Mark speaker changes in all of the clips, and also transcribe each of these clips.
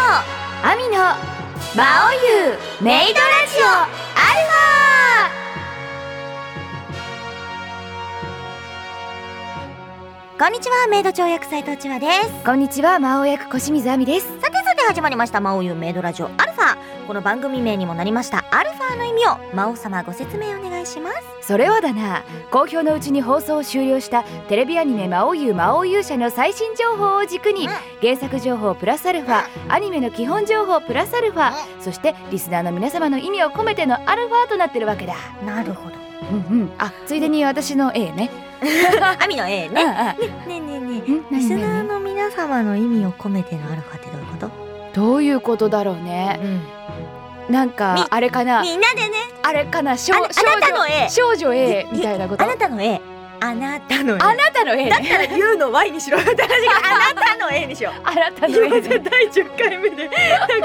Speaker 1: アミの魔王優メイドラジオアルファこんにちはメイド長役斉藤千和です
Speaker 2: こんにちは、魔王役小清水亜美です。
Speaker 1: さてさて始まりました魔王優メイドラジオアルファこの番組名にもなりましたアルファの意味を魔王様ご説明お願いします
Speaker 2: それはだな、好評のうちに放送を終了したテレビアニメ魔王優魔王勇者の最新情報を軸
Speaker 1: う
Speaker 2: に
Speaker 1: ん、
Speaker 2: 原作情報プラスアルファ、アニメの基本情報プラスアルファ、そしてリスナーの皆様の意味を込めてのアルファとなってるわけだ。
Speaker 1: なるほど
Speaker 2: うんうん。あ、ついでに私の A ね。
Speaker 1: アミの A ね
Speaker 2: うん
Speaker 1: ねねねね
Speaker 2: うん。
Speaker 1: リ
Speaker 2: 何
Speaker 1: ス
Speaker 2: 何
Speaker 1: ナーの皆様の意味を込めてのアルファってどういうこと、
Speaker 2: どういうことだろうね。なん
Speaker 1: み
Speaker 2: かあれかな、
Speaker 1: みんなでね
Speaker 2: あれかな少
Speaker 1: あなあなたの A
Speaker 2: 少女少女 A みたいなこと。
Speaker 1: あなたの A あなたの A
Speaker 2: あなたの A ね。
Speaker 1: だったら U の Y にしろ私があなたの A に しよう
Speaker 2: あなたの
Speaker 1: 今
Speaker 2: A
Speaker 1: まで
Speaker 2: ね。
Speaker 1: 第10回目でなんかずっ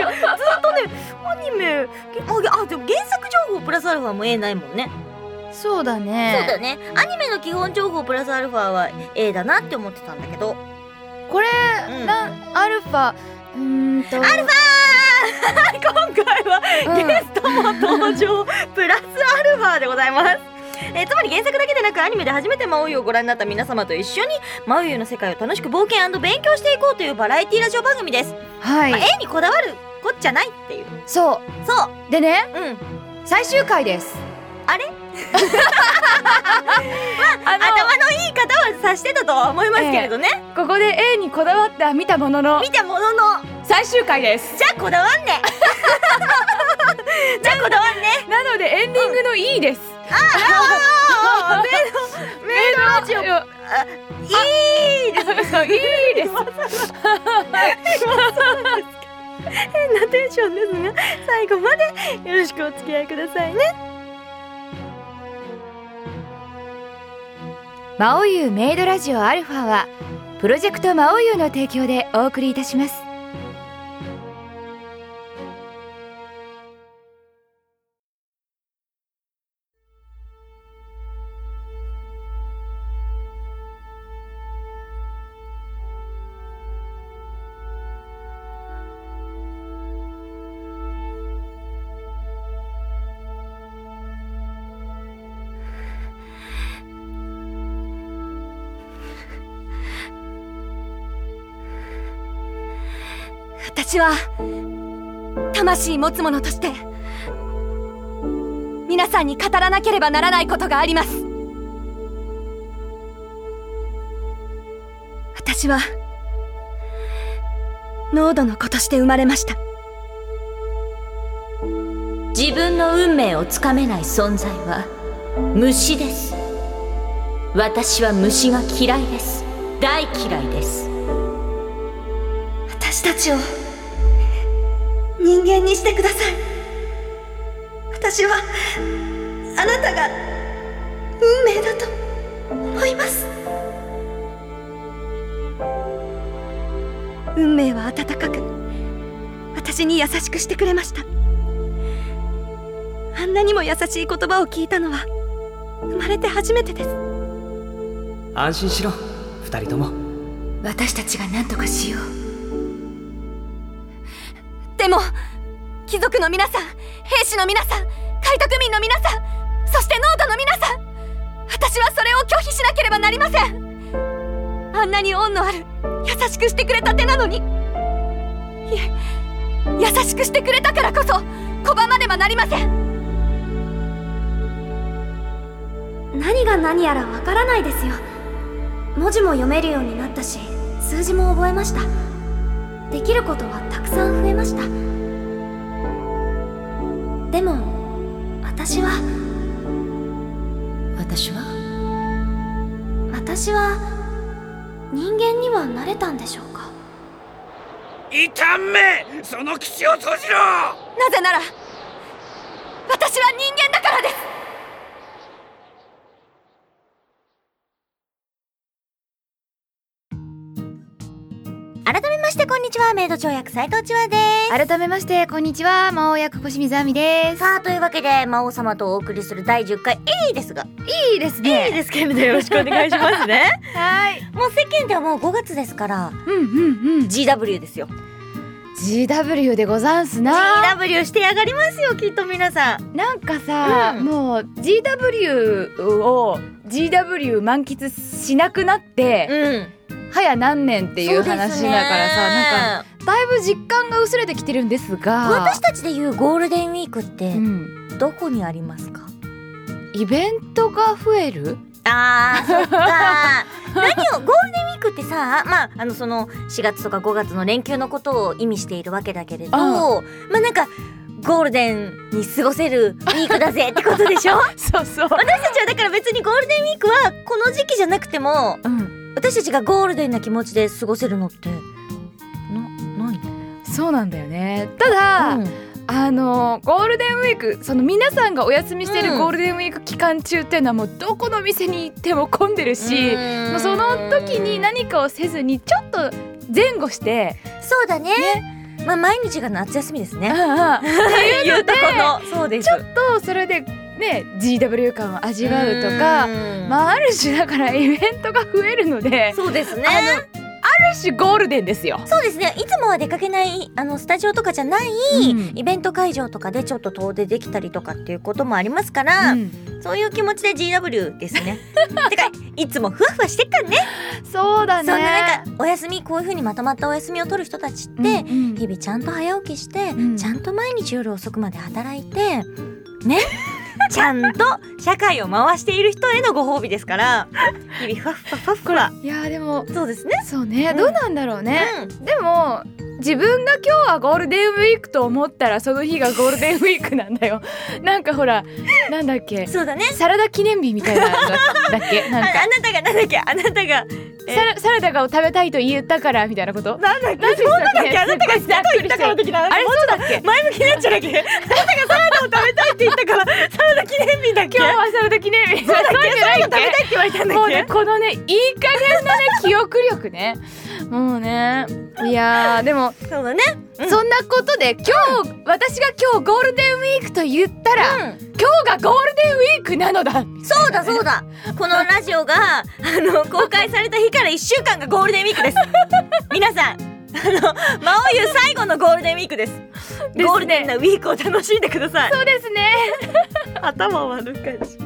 Speaker 1: とねアニメああでも原作情報プラスアルファも A ないもんね
Speaker 2: そうだね。
Speaker 1: そうだねアニメの基本情報プラスアルファは A だなって思ってたんだけど
Speaker 2: これ、
Speaker 1: うん
Speaker 2: なんアルファうーんとアルフ
Speaker 1: 今回はゲストも登場プラスアルファでございますえーつまり原作だけでなくアニメで初めて魔王湯をご覧になった皆様と一緒に魔王湯の世界を楽しく冒険勉強していこうというバラエティラジオ番組です、
Speaker 2: は
Speaker 1: まあ
Speaker 2: い
Speaker 1: A にこだわるこっちゃないっていう
Speaker 2: そ
Speaker 1: そう
Speaker 2: うでね
Speaker 1: うん
Speaker 2: 最終回です
Speaker 1: あれ
Speaker 2: あの
Speaker 1: 頭のいい方は察してたとは思いますけれどね、
Speaker 2: ここで A にこだわった見たものの
Speaker 1: 見たものの
Speaker 2: 最終回です
Speaker 1: じゃあこだわ んねじゃあこだわんね
Speaker 2: なのでエンディングの E です、
Speaker 1: あー
Speaker 2: メイドラジオ
Speaker 1: いいです
Speaker 2: そういいです
Speaker 1: 変なテンションですが 最後までよろしくお付き合いくださいね
Speaker 2: 魔王湯メイドラジオアルファはプロジェクト魔王湯の提供でお送りいたします
Speaker 3: 私は魂持つ者として皆さんに語らなければならないことがあります私は濃度の子として生まれました
Speaker 1: 自分の運命をつかめない存在は虫です私は虫が嫌いです大嫌いです
Speaker 3: 私たちを人間にしてください私はあなたが運命だと思います運命は温かく私に優しくしてくれましたあんなにも優しい言葉を聞いたのは生まれて初めてです
Speaker 4: 安心しろ二人とも
Speaker 3: 私たちが何とかしようでも貴族の皆さん兵士の皆さん開拓民の皆さんそして農家の皆さん私はそれを拒否しなければなりませんあんなに恩のある優しくしてくれた手なのにいえ優しくしてくれたからこそ拒まねばなりません何が何やらわからないですよ文字も読めるようになったし数字も覚えましたできることはたくさん増えましたでも私は
Speaker 1: 私は
Speaker 3: 私は人間にはなれたんでしょうか
Speaker 5: 痛めその口を閉じろ
Speaker 3: なぜなら私は人間だからです
Speaker 1: 改めましてこんにちはメイド長役斉藤千和です
Speaker 2: 改めましてこんにちは魔王役小清水亜美です
Speaker 1: さあというわけで魔王様とお送りする第10回 A ですが
Speaker 2: いいですね
Speaker 1: いいですけれどよろしくお願いしますね
Speaker 2: はい
Speaker 1: もう世間ではもう5月ですから
Speaker 2: うんうんうん
Speaker 1: GW ですよ
Speaker 2: GW でござんすな
Speaker 1: GW してやがりますよきっと皆さん
Speaker 2: なんかさ、
Speaker 1: うん
Speaker 2: もう GW を GW 満喫しなくなって、
Speaker 1: うん
Speaker 2: はや何年っていう話だからさ、なんか
Speaker 1: んか
Speaker 2: だいぶ実感が薄れてきてるんですが
Speaker 1: 私たちでいうゴールデンウィークって
Speaker 2: うん、
Speaker 1: どこにありますか
Speaker 2: イベントが増える
Speaker 1: あーそっか 何をゴールデンウィークってさまああのその4月とか5月の連休のことを意味しているわけだけれど
Speaker 2: あ
Speaker 1: まあなんかゴールデンに過ごせるウィークだぜってことでし ょ
Speaker 2: そうそう、
Speaker 1: 私たちはだから別にゴールデンウィークはこの時期じゃなくても
Speaker 2: うん、
Speaker 1: 私たちがゴールデンな気持ちで過ごせるのってなない
Speaker 2: そうなんだよねただ、
Speaker 1: うん
Speaker 2: あのゴールデンウィークその皆さんがお休みして
Speaker 1: う
Speaker 2: る
Speaker 1: ん
Speaker 2: ゴールデンウィーク期間中っていうのはもうどこの店に行っても混んでるし、
Speaker 1: うん
Speaker 2: もうその時に何かをせずにちょっと前後して、
Speaker 1: そうだねまあ毎日が夏休みです
Speaker 2: う
Speaker 1: ね
Speaker 2: んうんっていうので
Speaker 1: そうです
Speaker 2: ちょっとそれでね GW 感を味わうとか、
Speaker 1: ん
Speaker 2: まあある種だからイベントが増えるので
Speaker 1: そうですね
Speaker 2: ある種ゴールデンですよ。
Speaker 1: そうですねいつもは出かけないあのスタジオとかじゃない、
Speaker 2: うん
Speaker 1: イベント会場とかでちょっと遠出できたりとかっていうこともありますから、
Speaker 2: うん
Speaker 1: そういう気持ちで GW です ねてかいつもふわふわしてっからね
Speaker 2: そうだ
Speaker 1: そんな
Speaker 2: ね。
Speaker 1: なんかお休みこういうふうにまとまったお休みを取る人たちって、
Speaker 2: うんうん
Speaker 1: 日々ちゃんと早起きして、
Speaker 2: うん
Speaker 1: ちゃんと毎日夜遅くまで働いてね ちゃんと社会を回している人へのご褒美ですから日々ふわふわふわふわ
Speaker 2: いやーでも
Speaker 1: そうですね
Speaker 2: そうね、
Speaker 1: うん
Speaker 2: どうなんだろうね。
Speaker 1: うん
Speaker 2: でも自分が今日はゴールデンウィークと思ったらその日がゴールデンウィークなんだよ。なんかほらなんだっけ
Speaker 1: そうだね
Speaker 2: サラダ記念日みたいなのだっ け
Speaker 1: あ
Speaker 2: なん
Speaker 1: あ
Speaker 2: か
Speaker 1: なたがなんだっけあなたがえ
Speaker 2: サラサラダがを食べたいと言ったからみたいなこと。
Speaker 1: なんだっ
Speaker 2: なんでしたっけ
Speaker 1: あなたがしたと言ったから的な
Speaker 2: あれそうだっけ
Speaker 1: 前向きになっちゃうだけあなたがサラダを食べたいって言ったからサラダ記念日だっけ
Speaker 2: 今日はサラダ記念日。そうだっけ
Speaker 1: サラダ食べたいって言われたんだ
Speaker 2: もう
Speaker 1: っけ
Speaker 2: ねこのねいい 加減なね記憶力ねもうねいやーでも、
Speaker 1: そうだねうん
Speaker 2: そんなことで今日、私が今日ゴールデンウィークと言ったら、今日がゴールデンウィークなのだ
Speaker 1: そうだそうだこのラジオがあの公開された日から一週間がゴールデンウィークです皆さんあの魔王湯最後のゴールデンウィークです
Speaker 2: ね
Speaker 1: ゴールデンなウィークを楽しんでください
Speaker 2: そうですね
Speaker 1: 頭悪い感じですね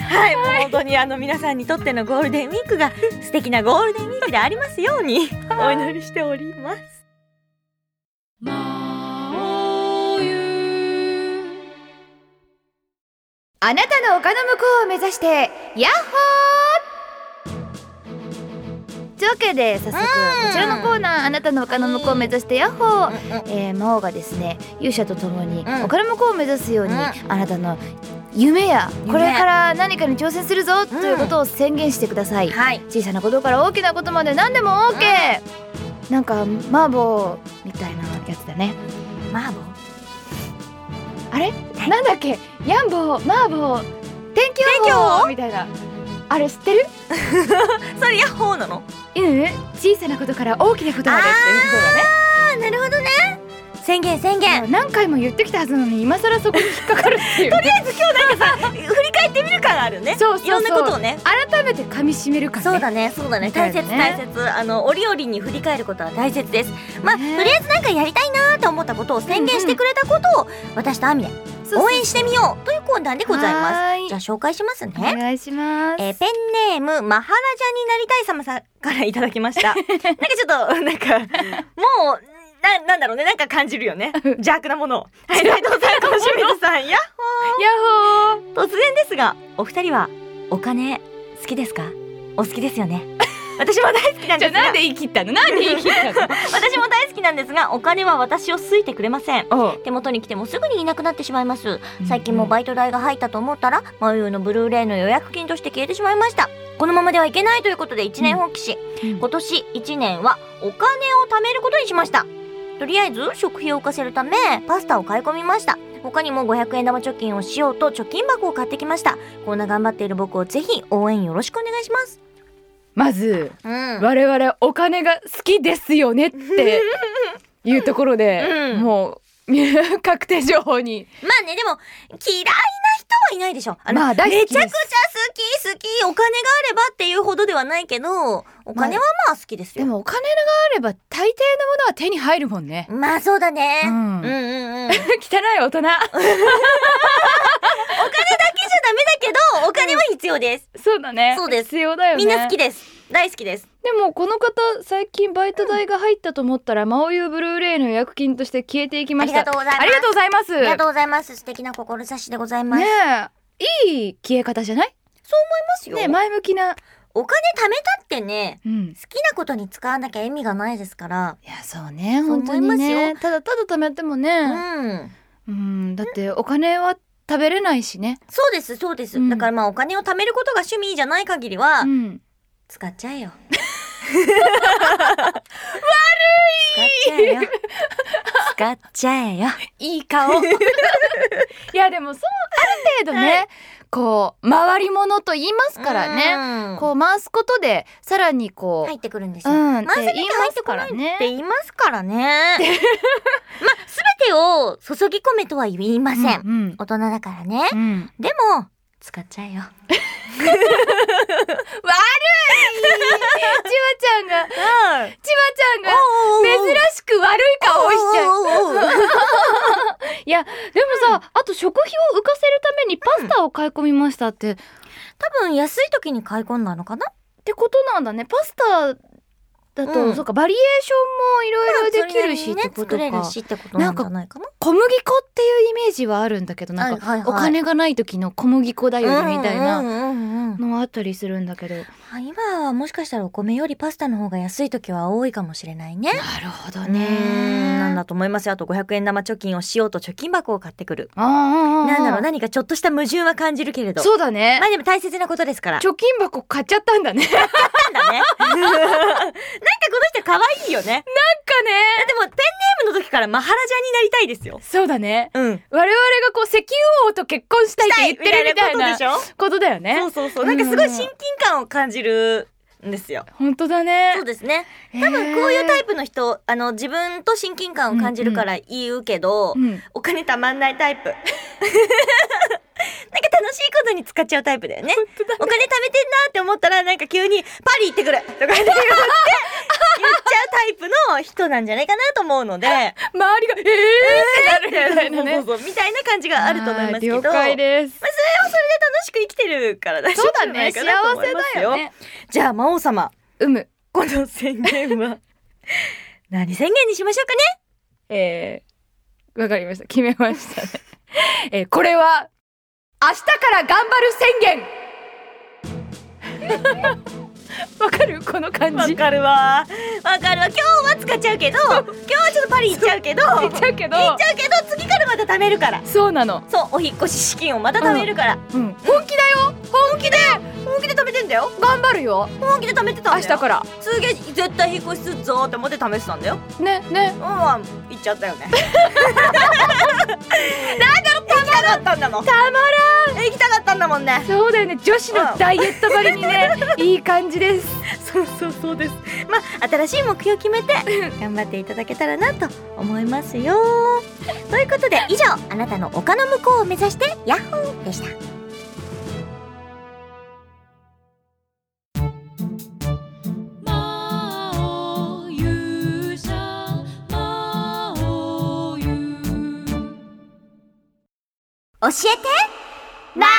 Speaker 1: はい、もう本当にあの皆さんにとってのゴールデンウィークが素敵なゴールデンウィークでありますようにお祈りしております
Speaker 2: あなたの丘の向こうを目指してヤッホーというわけで早速こちらのコーナーあなたの丘の向こうを目指してヤッホーえー、魔王がですね勇者と共に
Speaker 1: うん
Speaker 2: お金向こうを目指すように、
Speaker 1: うん
Speaker 2: あなたの夢や
Speaker 1: 夢
Speaker 2: これから何かに挑戦するぞということを宣言してください、
Speaker 1: はい
Speaker 2: 小さなことから大きなことまで何でも OK、なんか麻婆みたいなやつだね
Speaker 1: 麻婆
Speaker 2: あれなんだっけヤンボー麻婆天気予報みたいなあれ知ってる
Speaker 1: それヤッホーなの
Speaker 2: うん小さなことから大きなことまでっていうところがね
Speaker 1: あなるほどね宣言宣言
Speaker 2: もう何回も言ってきたはずなのに今更そこに引っかかるって いうね
Speaker 1: 振り返ってみる感があるね
Speaker 2: そうそうそう
Speaker 1: いろんなことをね
Speaker 2: 改めて噛み締めるからね
Speaker 1: そうだねそうだね
Speaker 2: みた
Speaker 1: 大
Speaker 2: いな
Speaker 1: 切
Speaker 2: ね
Speaker 1: 大切あの折々に振り返ることは大切ですまあと
Speaker 2: ね
Speaker 1: りあえずなんかやりたいなと思ったことを宣言してくれたことを私とアミで応援してみようというコーナーでございます
Speaker 2: はーい
Speaker 1: じゃあ紹介しますね
Speaker 2: お願いします。
Speaker 1: えーペンネームマハラジャになりたい様さんからいただきました なんかちょっとなんかもうななんだろうねなんか感じるよ ね邪悪なものをはい斉藤さん小清水さんや
Speaker 2: ヤッホー。
Speaker 1: 突然ですがお二人はお金好きですかお好きですよ ね私も大好きなんで
Speaker 2: じゃ
Speaker 1: す
Speaker 2: あ
Speaker 1: が
Speaker 2: なんで言い切ったの？なんで言い切ったの？
Speaker 1: 私も大好きなんですがお金は私を好いてくれません
Speaker 2: おう
Speaker 1: 手元に来てもすぐにいなくなってしまいます最近もバイト代が入ったと思ったらマユのブルーレイの予約金として消えてしまいましたこのままではいけないということで一年放棄し、
Speaker 2: うん
Speaker 1: 今年一年はお金を貯めることにしましたとりあえず食費を浮かせるためパスタを買い込みました他にも500円玉貯金をしようと貯金箱を買ってきましたこんな頑張っている僕をぜひ応援よろしくお願いします
Speaker 2: まず
Speaker 1: うん
Speaker 2: 我 々お金が好きですよねっていうところで、
Speaker 1: うん
Speaker 2: も確定情報に
Speaker 1: まあねでも嫌いな人はいないでしょあの、
Speaker 2: まあ大好きです
Speaker 1: めちゃくちゃ好き好きお金があればっていうほどではないけどお金はまあ好きです
Speaker 2: で
Speaker 1: よ、ま
Speaker 2: もお金があれば大抵のものは手に入るもんね
Speaker 1: あ、そうだね、
Speaker 2: う
Speaker 1: うんん、うんうんうんお金だけじゃダメだ
Speaker 2: 汚い大人
Speaker 1: けどお金は必要です、
Speaker 2: そうだね
Speaker 1: そうです
Speaker 2: 必要だよね
Speaker 1: みんな好きです大好きです
Speaker 2: でもこの方最近バイト代が入ったと思ったら、マオユーブルーレイの予約金として消えていきました
Speaker 1: ありがとうございます
Speaker 2: ありがとうございます
Speaker 1: ありがとうございます素敵な志でございます、
Speaker 2: ねえいい消え方じゃない
Speaker 1: ますよ
Speaker 2: ねえ前向きな
Speaker 1: お金貯めたってね
Speaker 2: うん
Speaker 1: 好きなことに使わなきゃ意味がないですから
Speaker 2: いやそうね
Speaker 1: そう
Speaker 2: 本当
Speaker 1: 思い
Speaker 2: に
Speaker 1: ますよ
Speaker 2: ねただただ貯めても
Speaker 1: う
Speaker 2: ね
Speaker 1: ん
Speaker 2: うん、だってお金は食べれないしね
Speaker 1: そうですそうです、
Speaker 2: うん
Speaker 1: だからまあお金を貯めることが趣味じゃない限りは、
Speaker 2: うん
Speaker 1: 使っちゃえよ。悪い。使っちゃえよ。
Speaker 2: いい 顔いやでもそうある程度ね、
Speaker 1: は
Speaker 2: こう回り物と言います
Speaker 1: 使っちゃえよ。
Speaker 2: からね、
Speaker 1: うん
Speaker 2: こう回すことでさらにこう、
Speaker 1: 入ってくるんです
Speaker 2: う
Speaker 1: よ。
Speaker 2: んっ
Speaker 1: 回さなきゃ
Speaker 2: て言い
Speaker 1: 入
Speaker 2: ま
Speaker 1: って
Speaker 2: す
Speaker 1: こ
Speaker 2: か
Speaker 1: ないっ
Speaker 2: ら
Speaker 1: て
Speaker 2: ね
Speaker 1: 言い ますからね。まあ、すべてを注ぎ込めとは言いません。
Speaker 2: うん
Speaker 1: 大人だからね。
Speaker 2: うんうん
Speaker 1: でも、使っちゃえよ。
Speaker 2: 悪いちわちゃんがちわちゃんが珍しく悪い顔をしちゃう
Speaker 1: ゃ
Speaker 2: いやでもさ、あと食費を浮かせるためにパスタを買い込みましたって、っ
Speaker 1: 多分安い時に買い込んだのかな
Speaker 2: てことなんだねパスタだと、
Speaker 1: うん
Speaker 2: そうかバリエーションもいろいろできるし
Speaker 1: それなりに
Speaker 2: っ
Speaker 1: ね
Speaker 2: てこと
Speaker 1: 作れ
Speaker 2: か
Speaker 1: るしってことなんじゃないかな
Speaker 2: 小麦粉っていうイメージはあるんだけどなんか、
Speaker 1: はいはいはい
Speaker 2: お金がない時の小麦粉だよねみたい
Speaker 1: うん
Speaker 2: な
Speaker 1: うんうんうん
Speaker 2: のあったりするんだけど、
Speaker 1: あ今はもしかしたらお米よりパスタの方が安い時は多いかもしれないね。
Speaker 2: なるほど
Speaker 1: うーんなん
Speaker 2: ね
Speaker 1: だと思いますよ。あと500円玉貯金をしようと貯金箱を買ってくる。
Speaker 2: ああ
Speaker 1: なんだろう、何かちょっとした矛盾は感じるけれど。
Speaker 2: そうだね
Speaker 1: まあでも大切なことですから。
Speaker 2: 貯金箱買っちゃったんだねなんか
Speaker 1: なんだね。なんかこの人可愛いよね。
Speaker 2: ね
Speaker 1: でもペンネームの時からマハラジャになりたいですよ。
Speaker 2: そうだね
Speaker 1: うん。
Speaker 2: 我々がこう石油王と結婚したいって言ってるみたいな
Speaker 1: みたいなことでし
Speaker 2: ことだよね
Speaker 1: そうそうそう。なんかすごい親近感を感じるんですよ。
Speaker 2: 本当だね
Speaker 1: そうですね。
Speaker 2: 多
Speaker 1: 多分こういうタイプの人、あの自分と親近感を感じるから言うけど、
Speaker 2: うん、
Speaker 1: お金たまんないタイプなんか楽しいことに使っちゃうタイプだよねお金貯めてんなって思ったらなんか急にパリ行ってくるとかって言 って言っちゃうタイプの人なんじゃないかなと思うので
Speaker 2: 周りが「えー!」ってなるみたいなね、
Speaker 1: そうそうそうみたいな感じがあると思いますけど
Speaker 2: あー了解です
Speaker 1: まあ、それはそれで楽しく生きてるから大丈
Speaker 2: そうだ
Speaker 1: 夫じゃな
Speaker 2: ね
Speaker 1: いか
Speaker 2: 幸
Speaker 1: なと思い
Speaker 2: せ
Speaker 1: ま
Speaker 2: だ
Speaker 1: すよ
Speaker 2: よね
Speaker 1: じゃあ魔王様
Speaker 2: うむ
Speaker 1: この宣言は 何宣言にしましょうかね
Speaker 2: えー、わかりました。決めましたね。 えー、これは、明日から頑張る宣言 わかるこの感
Speaker 1: わ
Speaker 2: じ。
Speaker 1: かるわわかるわ今日は使っちゃうけど今日はちょっとパリ行っちゃうけ ど
Speaker 2: 言っちゃうけど、
Speaker 1: 行っちゃうけど次からまた貯めるから
Speaker 2: そうなの。
Speaker 1: そうお引っ越し資金をまた貯めるから、
Speaker 2: うん。本気だよ本気で
Speaker 1: 本気で貯めてんだよ
Speaker 2: 頑張るよ
Speaker 1: 本気で貯めてた
Speaker 2: 明
Speaker 1: ん
Speaker 2: 日
Speaker 1: だよ
Speaker 2: から。
Speaker 1: すげえ絶対引っ越しするぞって思って貯めてたんだよ
Speaker 2: ね、ね
Speaker 1: う。んまあ行っちゃったよ ねなんだろたまらんかったんだもんたまらん行きたかったんだもんね
Speaker 2: そうだよね。女子のダイエットばりにね、 いい感じです。
Speaker 1: そうそうそうですまあ新しい目標を決めて頑張っていただけたらなと思いますよということで以上あなたの丘の向こうを目指してヤッホーでした教えてマウ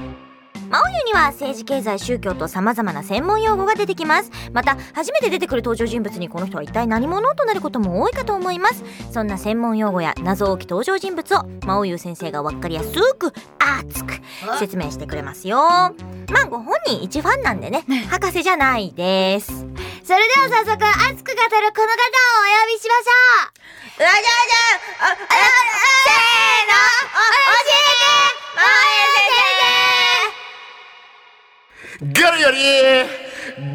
Speaker 1: ユ先生マウユには政治経済宗教と様々な専門用語が出てきますまた初めて出てくる登場人物にこの人は一体何者となることも多いかと思いますそんな専門用語や謎多き登場人物をマオユ先生がわかりやすく熱く説明してくれますよまあご本人一ファンなんでね博士じゃないですそれでは早速熱く語るこの方をお呼びしましょううわじゃあじゃああああせーの教えてマウユ先
Speaker 6: ゴリゴリ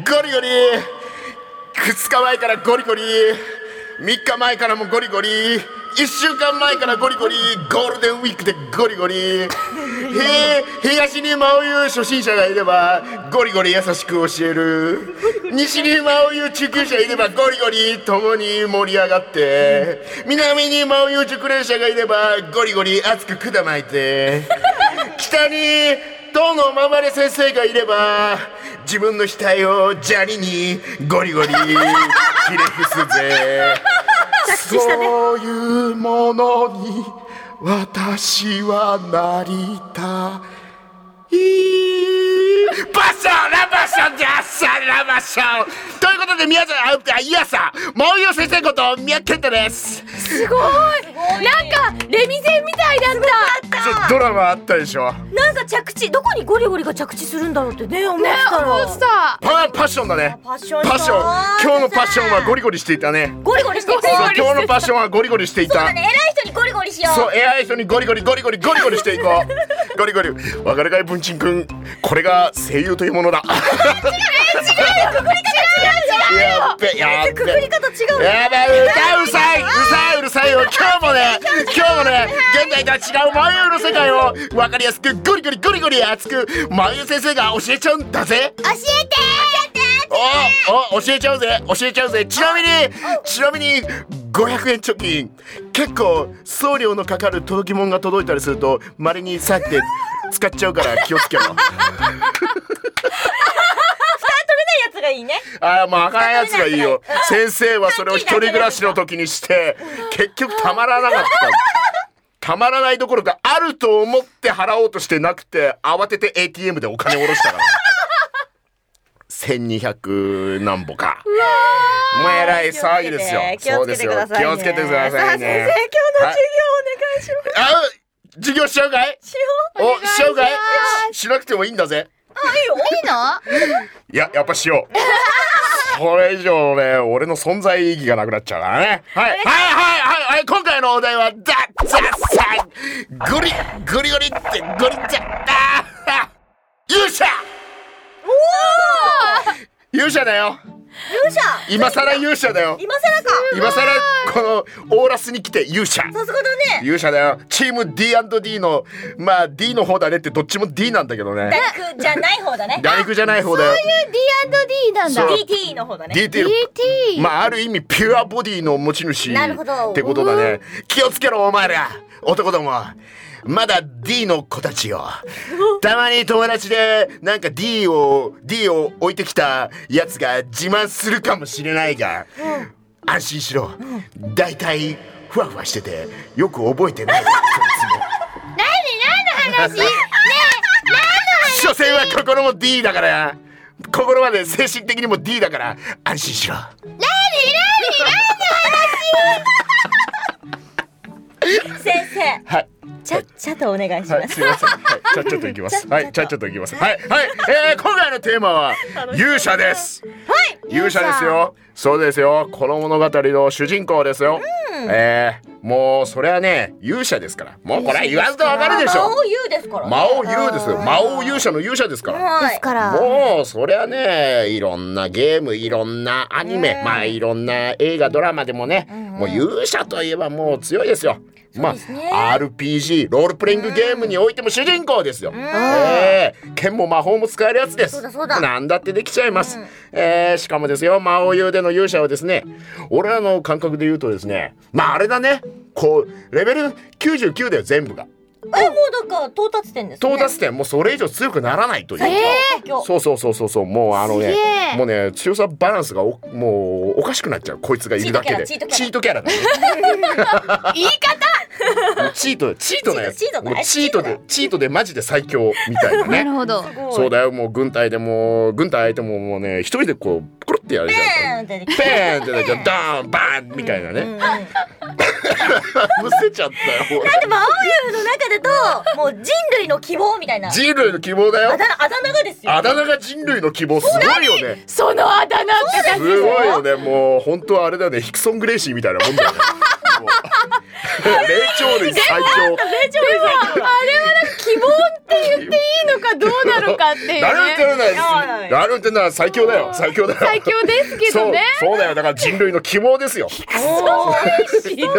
Speaker 6: ゴリゴリ2日前からゴリゴリ3日前からもゴリゴリ5 1週間前からゴリゴリゴールデンウィークでゴリゴリへえ東に真央優初心者がいればゴリゴリ優しく教える西に真央優中級者いればゴリゴリ共に盛り上がって南に真央優熟練者がいればゴリゴリ熱く管巻いて北にどのままれ先生がいれば自分の額を砂利にゴリゴリひれ伏すぜ
Speaker 1: 手したね
Speaker 6: そういうものに私はなりたいバッショーラバッションジャッシャラバッションということで皆さんあうあいやさもうよ先生こと宮健太です
Speaker 3: すごいなんかレミゼみたいだった
Speaker 6: ドラマあったでしょ
Speaker 1: なんか着地どこにゴリゴリが着地するんだろうってね思ってたら、
Speaker 3: 落ちた
Speaker 6: パンパッションだね
Speaker 1: パッション
Speaker 6: パッション今日のパッションはゴリゴリしていたね
Speaker 1: ゴリゴリしていこう
Speaker 6: そう今日のパッションはゴリゴリしていた
Speaker 1: 偉い人にゴリゴリしよ
Speaker 6: そう偉い人にゴリゴリゴリゴリゴリゴリしていこうゴリゴリ別れがい文鎮くんこれが声優というものだ違う違う違う違う違うやっべやっ
Speaker 1: く
Speaker 6: べ
Speaker 1: くり方違うね
Speaker 6: やばいうるさいうるさいうるさいよ今日もね今日もね現代とは違う眉の世界を分かりやすくゴリゴリゴリゴリ熱く眉先生が教えちゃうんだぜ教えておお教えちゃうぜ教えちゃうぜちなみにちなみに500円貯金結構送料のかかる届き物が届いたりするとまれにさって使っちゃうから気をつけろ
Speaker 1: やつがいいね
Speaker 6: ああもうあかんやつがいいよ先生はそれを一人暮らしの時にして結局たまらなかったたまらないどころかあると思って払おうとしてなくて慌てて ATM でお金を下ろしたから1200何歩かもうえらい騒ぎですよ
Speaker 1: 気を
Speaker 6: そう
Speaker 1: つけて
Speaker 6: ですよ
Speaker 1: くださいね
Speaker 6: 気をつけてくださ
Speaker 1: さあ先生今
Speaker 6: いね
Speaker 1: 日の授業お願いします
Speaker 6: あ授業しちゃうかい
Speaker 1: しよう
Speaker 6: おしちゃうかいししなくてもいいんだぜいいのいややっぱしよう それ以上ね俺の存在意義がなくなっちゃうからねはいはいはいはいはい今回のお題は「ザ・ザ・サイ」ゴリゴリゴリってゴリザああ勇者勇者だよ
Speaker 1: 勇者
Speaker 6: 今更勇者だよ
Speaker 1: 今更か
Speaker 6: 今更このオーラスに来て勇者
Speaker 1: さすがだね
Speaker 6: 勇者だよチーム D&D のまあ D の方だねってどっちも D なんだけどね
Speaker 1: 大工じゃない方だね
Speaker 6: 大工じゃない方だよ
Speaker 2: D&D なんだ
Speaker 6: そう
Speaker 1: DT の方だね
Speaker 6: DT
Speaker 2: DT
Speaker 6: まあある意味ピュアボディの持ち主
Speaker 1: なるほど
Speaker 6: ってことだね気をつけろお前ら男どもまだ D の子 たちよたまに友達でなんか D を D を置いてきたやつが自慢するかもしれないが、安心しろ、だいたいふわふわしててよく覚えてないこいつも所詮は心も D だから心まで精神的にも D だから安心しろ
Speaker 1: 先生
Speaker 6: はい
Speaker 1: ちゃっちゃとお願いし
Speaker 6: は
Speaker 1: ま
Speaker 6: い、
Speaker 1: す
Speaker 6: すみま せん。はい、ちゃっちゃといきます。はい、ちゃっちゃといきます。はい、はい、えー、今回のテーマは勇者です。はい、勇者ですよ。そうですよ。この物語の主人公ですよ。えー、もうそれはね、勇者ですから。もうこれは言わずとわかるでし
Speaker 1: 魔
Speaker 6: ょ
Speaker 1: 王優ですからね
Speaker 6: 魔王勇ですよ。魔王勇者の勇者ですから。
Speaker 1: はい
Speaker 2: ですから
Speaker 6: もうそりゃねいろんなゲームいろんなアニメまあいろんな映画ドラマでもねもう勇者といえばもう強いですよ。まあ RPG ロールプレイングゲームにおいても主人公ですよ。ええ剣も魔法も使えるやつです。
Speaker 1: そうだそうだ
Speaker 6: なんだってできちゃいます。えーしかもですよ魔王優での勇者はですね俺らの感覚で言うとですねまああれだねこうレベル99だよ全部が。
Speaker 1: えもうだから到達点ですね
Speaker 6: 到達点もうそれ以上強くならないというか。
Speaker 1: 今日
Speaker 6: そうそうそうそうそうもうあのね
Speaker 2: すげえ
Speaker 6: もうね強さバランスがおもうおかしくなっちゃうこいつがいるだけで
Speaker 1: チートキャラ
Speaker 6: チートキャラだね言い方チートチートなやつ
Speaker 1: チートチートか
Speaker 6: もうチートでチートでマジで最強みたいな
Speaker 2: な
Speaker 6: ね
Speaker 2: るほど
Speaker 6: そうだよもう軍隊でもう軍隊相手ももうね一人でこうポロってやるじゃん
Speaker 1: ペーンって出てき
Speaker 6: ペーンってなっちゃうダーンバーンみたいなね、
Speaker 1: うん
Speaker 6: むせちゃったよ
Speaker 1: でも青湯の中でともう人類の希望みたいなあ
Speaker 6: 人類の希望だよ
Speaker 1: だ名あだ名がですよ
Speaker 6: あだ名が人類の希望すごいよね
Speaker 2: そのあだ名って
Speaker 6: すごいよねもう本当はあれだよねヒクソン・グレイシーみたいなもんだよねもう鳥
Speaker 1: えちょ
Speaker 6: 類最
Speaker 1: いさんあれは希望って言っていいのかどうなのかっていう、
Speaker 6: 強
Speaker 1: ね、
Speaker 6: 誰も言ってるんだ
Speaker 1: いや
Speaker 6: よ誰も言ってるのは最強だよ最強だよ
Speaker 2: 最強ですけ
Speaker 6: そ
Speaker 2: ど
Speaker 6: う
Speaker 2: ね
Speaker 6: そうだよだから人類の希望ですよ
Speaker 1: 霊が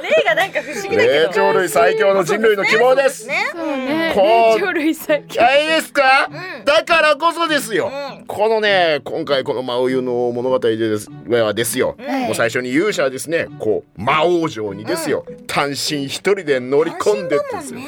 Speaker 1: 霊がなんか不思議だけ
Speaker 6: 霊
Speaker 1: ど
Speaker 6: 長類最強の人類の希望です
Speaker 1: ね
Speaker 2: そうね
Speaker 6: こう
Speaker 2: 霊長類最強
Speaker 6: あれですか、
Speaker 1: ん
Speaker 6: だからこそですよ、
Speaker 1: うん
Speaker 6: このね今回この魔王湯の物語でですはですよ、
Speaker 2: はい
Speaker 6: もう最初に勇者はですねこう魔王城にですよ、単身一人で乗り込んでってですよ、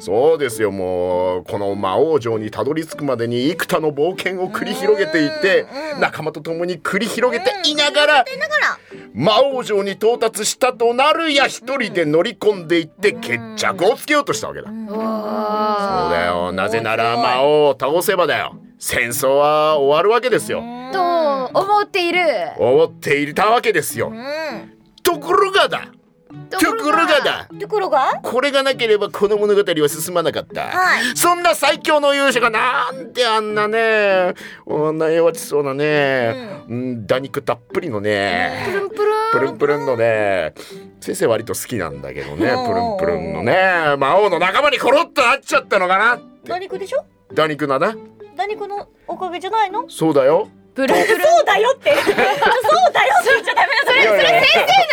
Speaker 6: そうですよもうこの魔王城にたどり着くまでに幾多の冒険を繰り広げていて、仲間と共に繰り広げていながら、
Speaker 1: だから
Speaker 6: 魔王城に到達したとなるや一人で乗り込んでいって決着をつけようとしたわけだ。
Speaker 2: おー
Speaker 6: そうだよなぜなら魔王を倒せばだよ戦争は終わるわけですよ
Speaker 2: と思っている
Speaker 6: 思っていたわけですよところがだところがだ
Speaker 1: ところが
Speaker 6: これがなければこの物語は進まなかった、
Speaker 1: はい
Speaker 6: そんな最強の勇者がなんであんなねあんな弱ちそうなね、うん、打肉たっぷりのね
Speaker 2: プルンプルン
Speaker 6: プルンプルンのね先生割と好きなんだけどね
Speaker 1: うん
Speaker 6: プルンプルンのね魔王の仲間にコロッとなっちゃったのかな
Speaker 1: ダニクでしょ
Speaker 6: 打肉なな
Speaker 1: ダニクのおかげじゃないの
Speaker 6: そうだよ
Speaker 2: プルンプルン
Speaker 1: そうだよって そうだよって言っちゃダメなそれ
Speaker 6: いやいや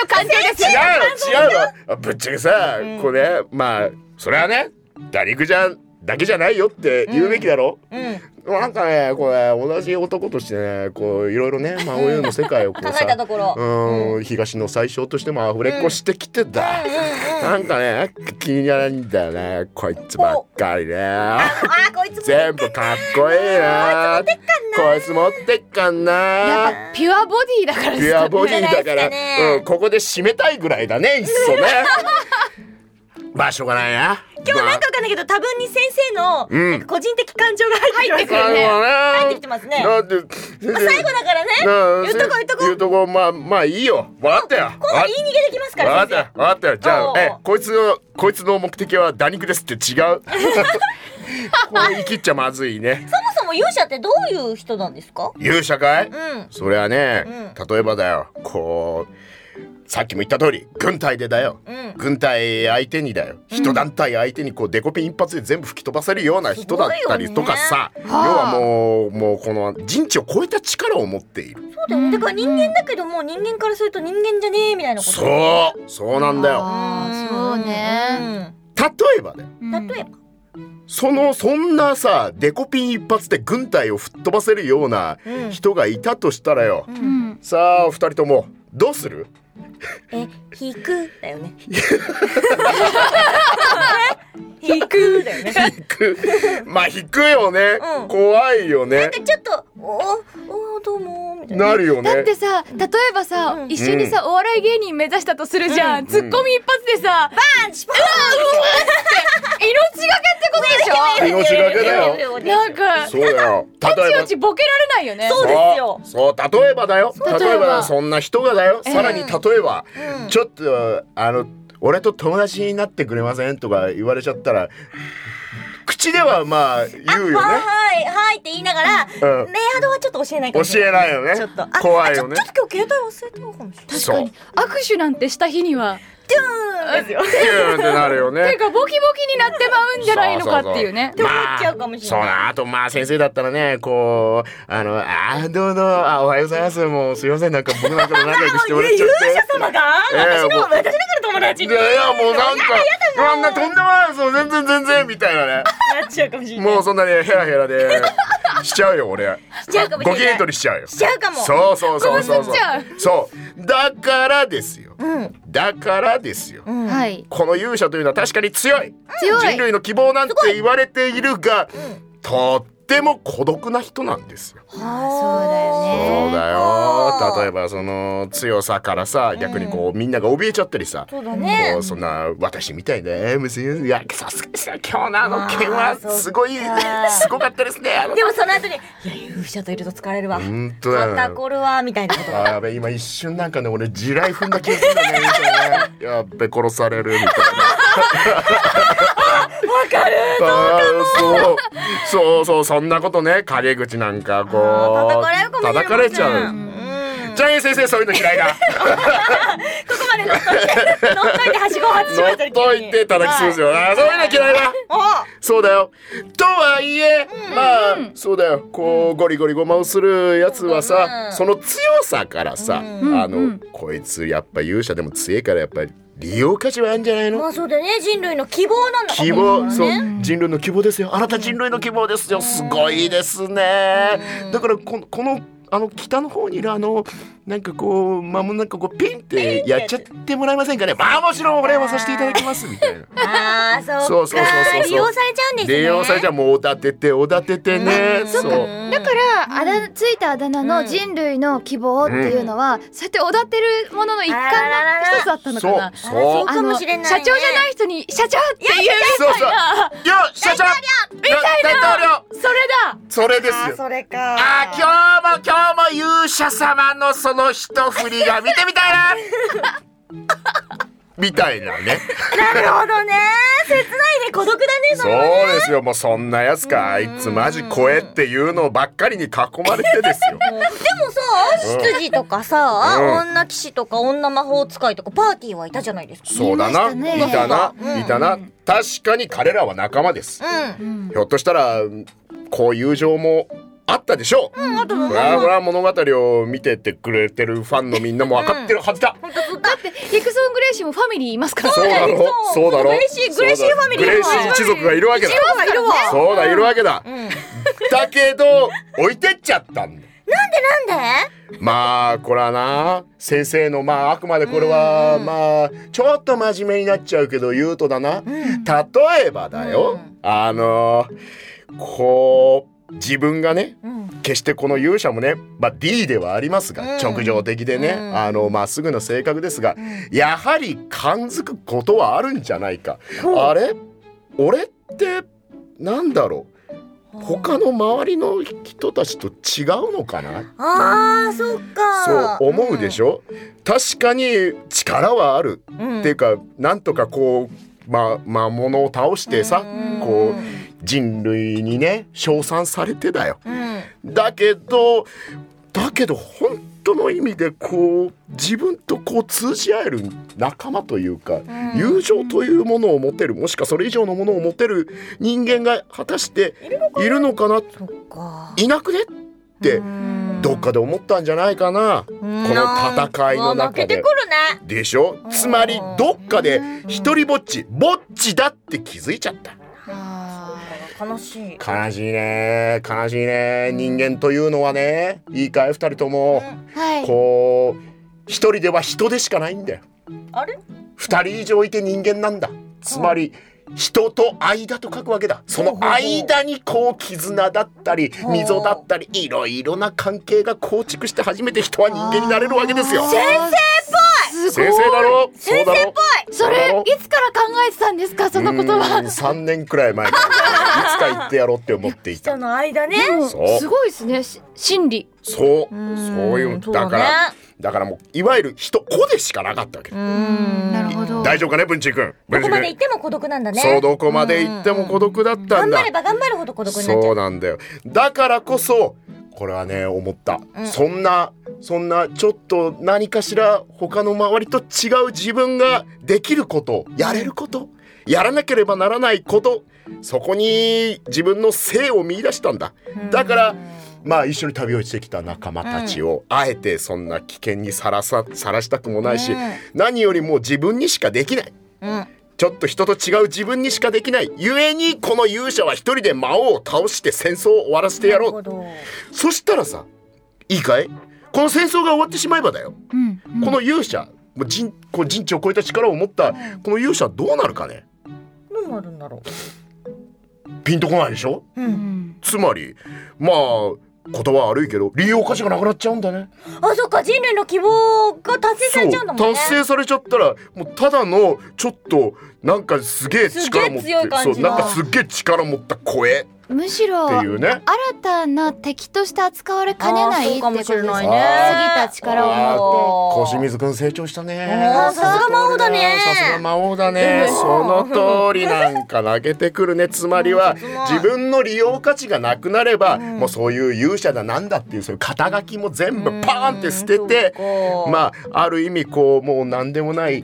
Speaker 2: の関係です
Speaker 6: 違うの違うのぶっちゃけさ、これまあそれはね打肉じゃだけじゃないよって言うべきだろ、
Speaker 1: うんうん
Speaker 6: なんかねこれ同じ男としてねこういろいろねまあお湯の世界をこう
Speaker 1: 考えたと
Speaker 6: さ
Speaker 1: ころ
Speaker 6: うん東の最小としてもあふれっこしてきてだ、なんかね気にならんだよねこいつばっかりね
Speaker 1: あこいつも
Speaker 6: 全部かっこいいなこいつ持ってっかんな
Speaker 2: やっぱピュアボディだから
Speaker 6: ピュアボディだか
Speaker 1: う
Speaker 6: ら、
Speaker 1: んね
Speaker 6: うん、ここで締めたいぐらいだね、いっそね。 まあ、しょうがないな。
Speaker 1: 今日なんかわかんないけど多分に先生の
Speaker 6: うん
Speaker 1: なんか個人的感情が入ってき
Speaker 6: まあ、
Speaker 1: ます
Speaker 6: なるほど
Speaker 1: 入ってきてますね
Speaker 6: だって、先生
Speaker 1: まあ最後だからね
Speaker 6: なあ
Speaker 1: 言っとこう言っとこ
Speaker 6: 言
Speaker 1: う
Speaker 6: うとこ、まあ、まあ、いいよ。わかったよ。
Speaker 1: 今度言い逃げできますか
Speaker 6: わからったよ
Speaker 1: 先。
Speaker 6: わかったよ。じ
Speaker 1: おう
Speaker 6: ゃ
Speaker 1: お
Speaker 6: あ、
Speaker 1: う
Speaker 6: え、こいつの、こいつの目的は打肉ですって違 う。こう言い切っちゃまずいね。
Speaker 1: 生そもそも勇者ってどういう人なんですか
Speaker 6: 勇者かい、
Speaker 1: うん
Speaker 6: それはね、例えばだよこうさっきも言った通り軍隊でだよ、
Speaker 1: ん
Speaker 6: 軍隊相手にだよ一団体相手にこうデコピン一発で全部吹き飛ばせるような人だったりとかさ、要はもうもうこの人知を超えた力を持っている
Speaker 1: そうだよねだから人間だけども人間からすると人間じゃねえみたいなこと
Speaker 6: そうそうなんだよ
Speaker 2: あーそうね
Speaker 6: 例えばだよ
Speaker 1: うん例えば
Speaker 6: そのそんなさデコピン一発で軍隊を吹っ飛ばせるような
Speaker 1: うん
Speaker 6: 人がいたとしたらよ、
Speaker 2: うん
Speaker 6: さあお二人ともどうする
Speaker 1: え引くだ よね引くだよね
Speaker 6: 引くまあ引くよね、
Speaker 1: うん
Speaker 6: 怖いよね
Speaker 1: ちょっとおおどうもみたいな
Speaker 6: なるよ
Speaker 2: だっ
Speaker 6: ね
Speaker 2: てさ例えばさ、
Speaker 1: うん
Speaker 2: 一緒にさお笑い芸人目指したとするじゃん、ツッコミ一発でさ、
Speaker 1: パンチパン
Speaker 2: 命がけってことでしょ
Speaker 6: 命がけだ
Speaker 1: よ
Speaker 6: よ
Speaker 2: なんか
Speaker 6: そうだよ
Speaker 2: たち
Speaker 6: 例え
Speaker 2: よ
Speaker 6: ば
Speaker 2: ちボケられないよね
Speaker 1: そうですよ
Speaker 6: そうそう例えばだよ
Speaker 2: う
Speaker 6: 例えば
Speaker 2: 例えば
Speaker 6: そんな人がだよ、さらに例えば、
Speaker 1: うん
Speaker 6: ちょっとあの俺と友達になってくれませんとか言われちゃったら口ではまあ言うよ
Speaker 1: は
Speaker 6: ね
Speaker 1: いはいって言いながらメ
Speaker 6: うん
Speaker 1: アドはちょっと教えないかもし
Speaker 6: 教
Speaker 1: れ
Speaker 6: え
Speaker 1: ない
Speaker 6: ないよね
Speaker 1: ちょっとあ
Speaker 6: 怖いよね
Speaker 1: あちょちょっと今日携帯忘れてるかもしれない
Speaker 2: 確かに握手なんてした日には
Speaker 6: そうキューンってなるよ
Speaker 2: てい
Speaker 6: ね
Speaker 2: うかボキボキになってまうんじゃないのかっていうね
Speaker 1: そうそうそうって思っちゃうかもしれない
Speaker 6: まあそうだあとまあ先生だったらねこうあのあどうぞあおはようございますもうすいませんなんか僕なんかも仲良くしてもらっちゃっ
Speaker 1: 勇者
Speaker 6: て
Speaker 1: 様が
Speaker 6: ええ
Speaker 1: 私の
Speaker 6: もう
Speaker 1: 私だから友達
Speaker 6: い
Speaker 1: って
Speaker 6: やいやもうなんかあんなとんでもないですよ全然全然みたい なね
Speaker 1: なっちゃうかもしれない
Speaker 6: もうそんなにヘラヘラでしちゃうよ俺
Speaker 1: しちゃうかもしれな
Speaker 6: ご
Speaker 1: い
Speaker 6: 機嫌取りしちゃうよし
Speaker 1: ちゃうかも
Speaker 6: そうそうそうそう
Speaker 2: ごめんなさい
Speaker 6: そうだからですよ、だからですよ、
Speaker 2: はい
Speaker 6: この勇者というのは確かに強い
Speaker 2: 強い
Speaker 6: 人類の希望なんて言われているがとっても孤独な人なんですよ
Speaker 2: そうだよね
Speaker 6: そうだ
Speaker 1: あ
Speaker 6: よ
Speaker 1: ー
Speaker 6: 例えばその強さからさ逆にこうみんなが怯えちゃったりさ
Speaker 1: そうだね
Speaker 6: もうそんな私みたいなえー娘いやさすがにさ今日のあの件はすごいすごかったですねあの
Speaker 1: でもその後に「いや勇者といると疲れるわ」
Speaker 6: 本当だよ
Speaker 1: 肩こるわみたいなこと
Speaker 6: あーやべ今一瞬なんかね俺地雷踏んだ気がするんだねみたいなやっべ殺されるみたいなわかるそうそうそうそうそんなことね陰口なんかこう
Speaker 1: あー叩かれるかもしれません
Speaker 6: 叩かれちゃう
Speaker 1: うん
Speaker 6: ジャイアン先生そういうの嫌いだ
Speaker 1: ここまで乗っといて乗っといてはしごを外しま
Speaker 6: 乗
Speaker 1: し
Speaker 6: った
Speaker 1: ね
Speaker 6: といて叩きそうですよ、あーそういうの嫌いだ
Speaker 1: はい
Speaker 6: そうだよとはいえ、まあそうだよこうゴリゴリゴマをするやつはさ、その強さからさ、あの、こいつやっぱ勇者でも強いからやっぱり利用価値はあるんじゃない
Speaker 1: おま
Speaker 6: の
Speaker 1: あそうだよね人類の希望なんだ
Speaker 6: 希望そう人類の希望ですよあなた人類の希望ですよすごいですねだからこのこのあの北の方にいるあのなんかこうまあもうなんかこうピンってやっちゃってもらえませんかねまあもちろんお礼はさせていただきますみたいな。
Speaker 1: ああそっか
Speaker 6: そうそうそうそうそう
Speaker 1: 利用されちゃうんですね
Speaker 6: 利用されちゃもうおだてておだててね、
Speaker 1: うん
Speaker 6: そう
Speaker 1: うん
Speaker 2: だからあだついたあだ名の人類の希望っていうのは、そうやっておだてるものの一環
Speaker 1: あららら
Speaker 2: の一つだったのか
Speaker 6: そう
Speaker 2: な。
Speaker 6: そ
Speaker 1: あ
Speaker 6: う
Speaker 1: らそうかもしれないね
Speaker 2: 社長じゃない人に社長って言う
Speaker 6: そうそう
Speaker 2: な
Speaker 6: よ社長みたい大統領
Speaker 2: それだ
Speaker 6: それです
Speaker 1: あー
Speaker 6: よ
Speaker 1: それか
Speaker 6: あー今日も今日も勇者様のその一振りが見てみたいな みたいなね
Speaker 1: なるほどね切ないね孤独だねそ
Speaker 6: そう
Speaker 1: れはね
Speaker 6: ですよもうそんなやつかあいつマジ声っていうのばっかりに囲まれてです よ
Speaker 1: でもさ執事とかさ、
Speaker 6: うん
Speaker 1: 女騎士とか女魔法使いとかパーティーはいたじゃないですか
Speaker 6: そうだな、
Speaker 2: 見ま
Speaker 6: い
Speaker 2: したた
Speaker 6: な
Speaker 1: ね、
Speaker 6: いたな確かに彼らは仲間です、
Speaker 1: うん
Speaker 6: ひょっとしたらこういう情もあったでしょう、
Speaker 1: うんあとも
Speaker 6: これはこれは物語を見ててくれてるファンのみんなも分かってるはずだ、
Speaker 2: だってヒクソン・グレイシーもファミリーいますから
Speaker 6: そうだろそうだろ
Speaker 1: グレイシーグレイシーファミリー
Speaker 6: グレイシー一族がいるわけだ
Speaker 1: いるわ
Speaker 6: そうだいるわけだ、
Speaker 1: ん
Speaker 6: だけど置いてっちゃったん
Speaker 1: なん
Speaker 6: だ
Speaker 1: で
Speaker 6: まあこれはな先生のまああくまでこれはまあちょっと真面目になっちゃうけど言うとだな、例えばだよ、あのこう自分がね、決してこの勇者もね、まあ、D ではありますが、直情的でね、あのまっすぐな性格ですが、やはり感づくことはあるんじゃないか。あれ俺ってなんだろう他の周りの人たちと違うのかな
Speaker 1: あーそっか
Speaker 6: そう思うでし
Speaker 1: ょ、
Speaker 6: ょ、確かに力はある、
Speaker 1: うん
Speaker 6: っていうかなんとかこうま魔物を倒してさ、こう人類にね称賛されてだよ、
Speaker 1: うん
Speaker 6: だけどだけど本当の意味でこう自分とこう通じ合える仲間というか、友情というものを持てるもしくはそれ以上のものを持てる人間が果たしているのかな
Speaker 1: そっか
Speaker 6: いなくねってどっかで思ったんじゃないかな、
Speaker 1: こ
Speaker 6: この戦いの
Speaker 1: 負け
Speaker 6: 中
Speaker 1: て
Speaker 6: で
Speaker 1: く。るね
Speaker 6: でしょつまりどっかで一人ぼっちぼっちだって気づいちゃった
Speaker 1: 悲しい
Speaker 6: 悲しいね悲しいね人間というのはねいいかい二人とも
Speaker 2: はい
Speaker 6: こう一人では人でしかないんだよ
Speaker 1: あれ
Speaker 6: 二人以上いて人間なんだつまり人と間と書くわけだその間にこう絆だったり溝だったりいろいろな関係が構築して初めて人は人間になれるわけですよ
Speaker 2: 先生っぽい
Speaker 6: 先生だろ先生っぽい
Speaker 2: それいつから考えてたんですかその言葉
Speaker 6: 3年くらい前からいつか言ってやろうって思っていた
Speaker 1: 人の間ね
Speaker 2: でも
Speaker 6: そう
Speaker 2: すごいですねし心理
Speaker 6: そうそ
Speaker 1: う
Speaker 6: う
Speaker 1: ん
Speaker 6: いう
Speaker 1: そう
Speaker 6: だから
Speaker 1: ね
Speaker 6: だからもういわゆる人子でしかなかったわけ
Speaker 1: うん
Speaker 2: なるほど
Speaker 6: 大丈夫かね文珍君
Speaker 1: ど
Speaker 6: 文
Speaker 1: こ
Speaker 6: 珍
Speaker 1: まで行
Speaker 6: 君
Speaker 1: っても孤独なんだね
Speaker 6: そうどこまで行っても孤独だった
Speaker 1: 頑張
Speaker 6: んだ
Speaker 1: れば頑張るほど孤独になっちゃ
Speaker 6: そううなんだよだからこそこれはね思った、そんなそんなちょっと何かしら他の周りと違う自分ができることやれることやらなければならないことそこに自分の性を見出したんだだからまあ一緒に旅をしてきた仲間たちを、あえてそんな危険にさらささらしたくもないし、何よりも自分にしかできないちょっと人と違う自分にしかできない故にこの勇者は一人で魔王を倒して戦争を終わらせてやろ
Speaker 1: なるほ
Speaker 6: う
Speaker 1: ど
Speaker 6: そしたらさいいかいこの戦争が終わってしまえばだよ、
Speaker 2: ん
Speaker 6: この勇者もう人こう人知を超えた力を持ったこの勇者はどうなるかね
Speaker 1: どうなるんだろ
Speaker 6: ピンとこないでしょ
Speaker 1: ううん
Speaker 6: つまりまあ言葉悪いけど利用価値がなくなっちゃうんだね
Speaker 1: あそっか人類の希望が達成されちゃうんだもんね
Speaker 6: 達成されちゃったらもうただのちょっとなんかすげえ力持って
Speaker 1: すげえ強い感じ
Speaker 6: そう
Speaker 1: の
Speaker 6: なんかすっげえ力持った声
Speaker 2: むしろ
Speaker 6: っていうね
Speaker 2: 新たな敵として扱われかねないってことです
Speaker 1: あーそうかもしれ
Speaker 6: ないね
Speaker 2: 過ぎた力を持っ
Speaker 6: 小清水くん成長した
Speaker 1: あ
Speaker 6: ね
Speaker 1: ーさすが魔王だね
Speaker 6: さすが魔王だねその通りなんか投げてくるねつまりは自分の利用価値がなくなればもうそういう勇者だなんだっていうそういう肩書きも全部パーンって捨てて
Speaker 1: うん
Speaker 6: まあある意味こうもう何でもない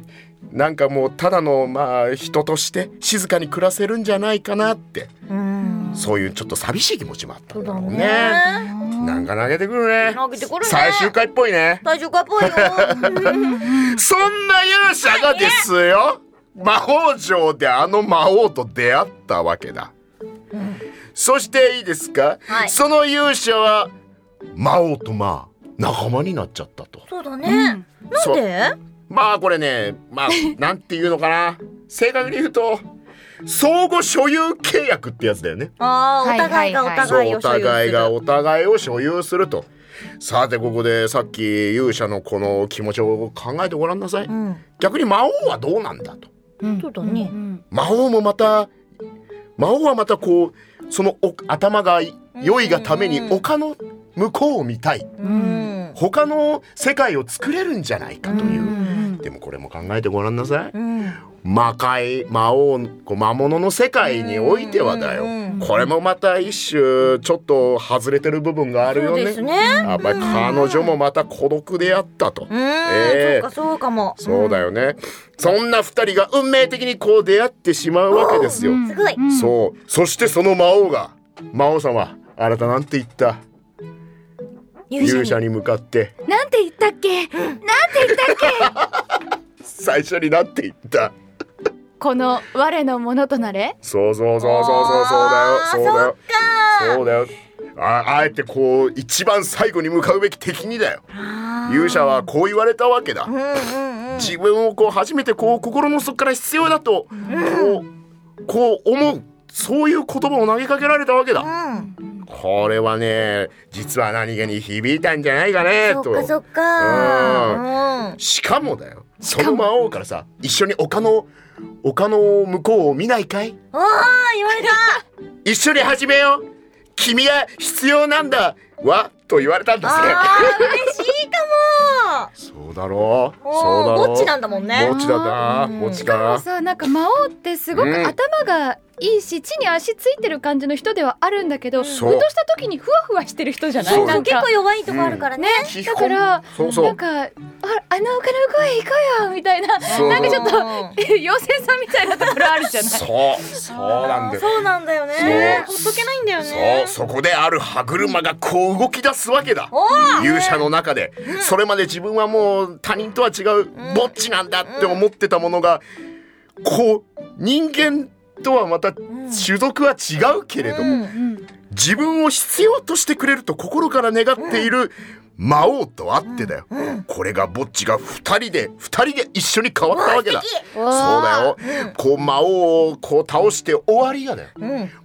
Speaker 6: なんかもうただのまあ人として静かに暮らせるんじゃないかなって
Speaker 1: うん
Speaker 6: そういうちょっと寂しい気持ちもあったんだろうね
Speaker 1: ね
Speaker 6: なんか投げてくるね
Speaker 1: 投げてくるね
Speaker 6: 最終回っぽいね
Speaker 1: 大丈夫かっ ぽいよ
Speaker 6: そんな勇者がですよ魔法城であの魔王と出会ったわけだ、そしていいですか、
Speaker 1: はい
Speaker 6: その勇者は魔王とまあ仲間になっちゃったと
Speaker 1: そうだねなんで
Speaker 6: まあこれね まあなんていうのかな正確に言うと相互所有契約ってやつだよね
Speaker 1: あーお互いがお
Speaker 2: はいはいはい
Speaker 1: 互
Speaker 6: そ
Speaker 1: いうを
Speaker 6: お
Speaker 1: 所有
Speaker 6: 互いが
Speaker 1: する
Speaker 6: お互いを所有するとさてここでさっき勇者のこの気持ちを考えてごらんなさい、
Speaker 1: うん
Speaker 6: 逆に魔王はどうなんだと
Speaker 1: そうだね
Speaker 6: 魔王もまた魔王はまたこうそのお頭が良いがために丘の向こうを見たい
Speaker 1: うん
Speaker 6: 他の世界を作れるんじゃないかという、
Speaker 1: うん
Speaker 6: でもこれも考えてごらんなさい、
Speaker 1: うん
Speaker 6: 魔界魔王こう魔物の世界においてはだよ、
Speaker 1: うんうん
Speaker 6: これもまた一種ちょっと外れてる部分がある
Speaker 1: そ
Speaker 6: よ
Speaker 1: う
Speaker 6: ね
Speaker 1: ですね
Speaker 6: やっぱり彼女もまた孤独であったと、
Speaker 1: うん
Speaker 6: ええ
Speaker 1: そうかそうかも
Speaker 6: そうだよね、そんな二人が運命的にこう出会ってしまうわけですよ、
Speaker 1: うんすごい
Speaker 6: そうそしてその魔王が魔王様あなたなんて言った勇者に向かって
Speaker 3: なんて言ったっけ
Speaker 6: 最初になって言った
Speaker 2: てこの我のものとなれ
Speaker 6: そうそうそうそうそうそうだよそうだよそうだよああえてこう一番最後に向かうべき敵にだよ勇者はこう言われたわけだ、自分をこう初めてこう心の底から必要だと、こうこう思うそういう言葉を投げかけられたわけだ、これはね実は何気に響いたんじゃないかね
Speaker 1: そ
Speaker 6: と
Speaker 1: っかそっかうん
Speaker 6: しかもだよその魔王からさ一緒に丘の丘の向こうを見ないかい
Speaker 1: おー言われ た
Speaker 6: 一緒に始めよう君が必要なんだわと言われたんですね
Speaker 1: あー嬉しいかも
Speaker 6: そうだろう
Speaker 1: おー
Speaker 6: そうだろう
Speaker 1: ぼっちなんだもんね
Speaker 6: ぼっちだな
Speaker 1: うん
Speaker 6: ぼっち
Speaker 2: でも
Speaker 6: だ
Speaker 2: さなんか魔王ってすご
Speaker 6: う
Speaker 2: く
Speaker 6: ん
Speaker 2: 頭がいいし、地に足ついてる感じの人ではあるんだけどふ
Speaker 6: そう
Speaker 2: とした時にふわふわしてる人じゃない
Speaker 6: そう
Speaker 2: なん
Speaker 1: 結
Speaker 2: か
Speaker 1: 構弱いとこあるからね
Speaker 6: 基
Speaker 2: だか
Speaker 6: 本
Speaker 2: ら
Speaker 6: そうそ
Speaker 2: な
Speaker 6: うん
Speaker 2: かああの丘の向こうへ行こうよみたいな
Speaker 6: そう
Speaker 2: なんかちょっと
Speaker 1: うん
Speaker 2: え妖精さんみたいなところあるじゃない
Speaker 6: そうそうなんだよ
Speaker 1: そうなんだよねほ
Speaker 6: そう
Speaker 1: っとけないんだよ
Speaker 6: そ
Speaker 1: ね
Speaker 6: うそこである歯車がこう動き出すわけだ
Speaker 1: おー
Speaker 6: 勇者の中で、それまで自分はもう他人とは違う、ぼっちなんだって思ってたものがこう人間とはまた種族は違うけれども、自分を必要としてくれると心から願っている魔王と会ってだよ、これがぼっちが2人で2人で一緒に変わったわけだそうだよ、こう魔王をこう倒して終わりがだよ、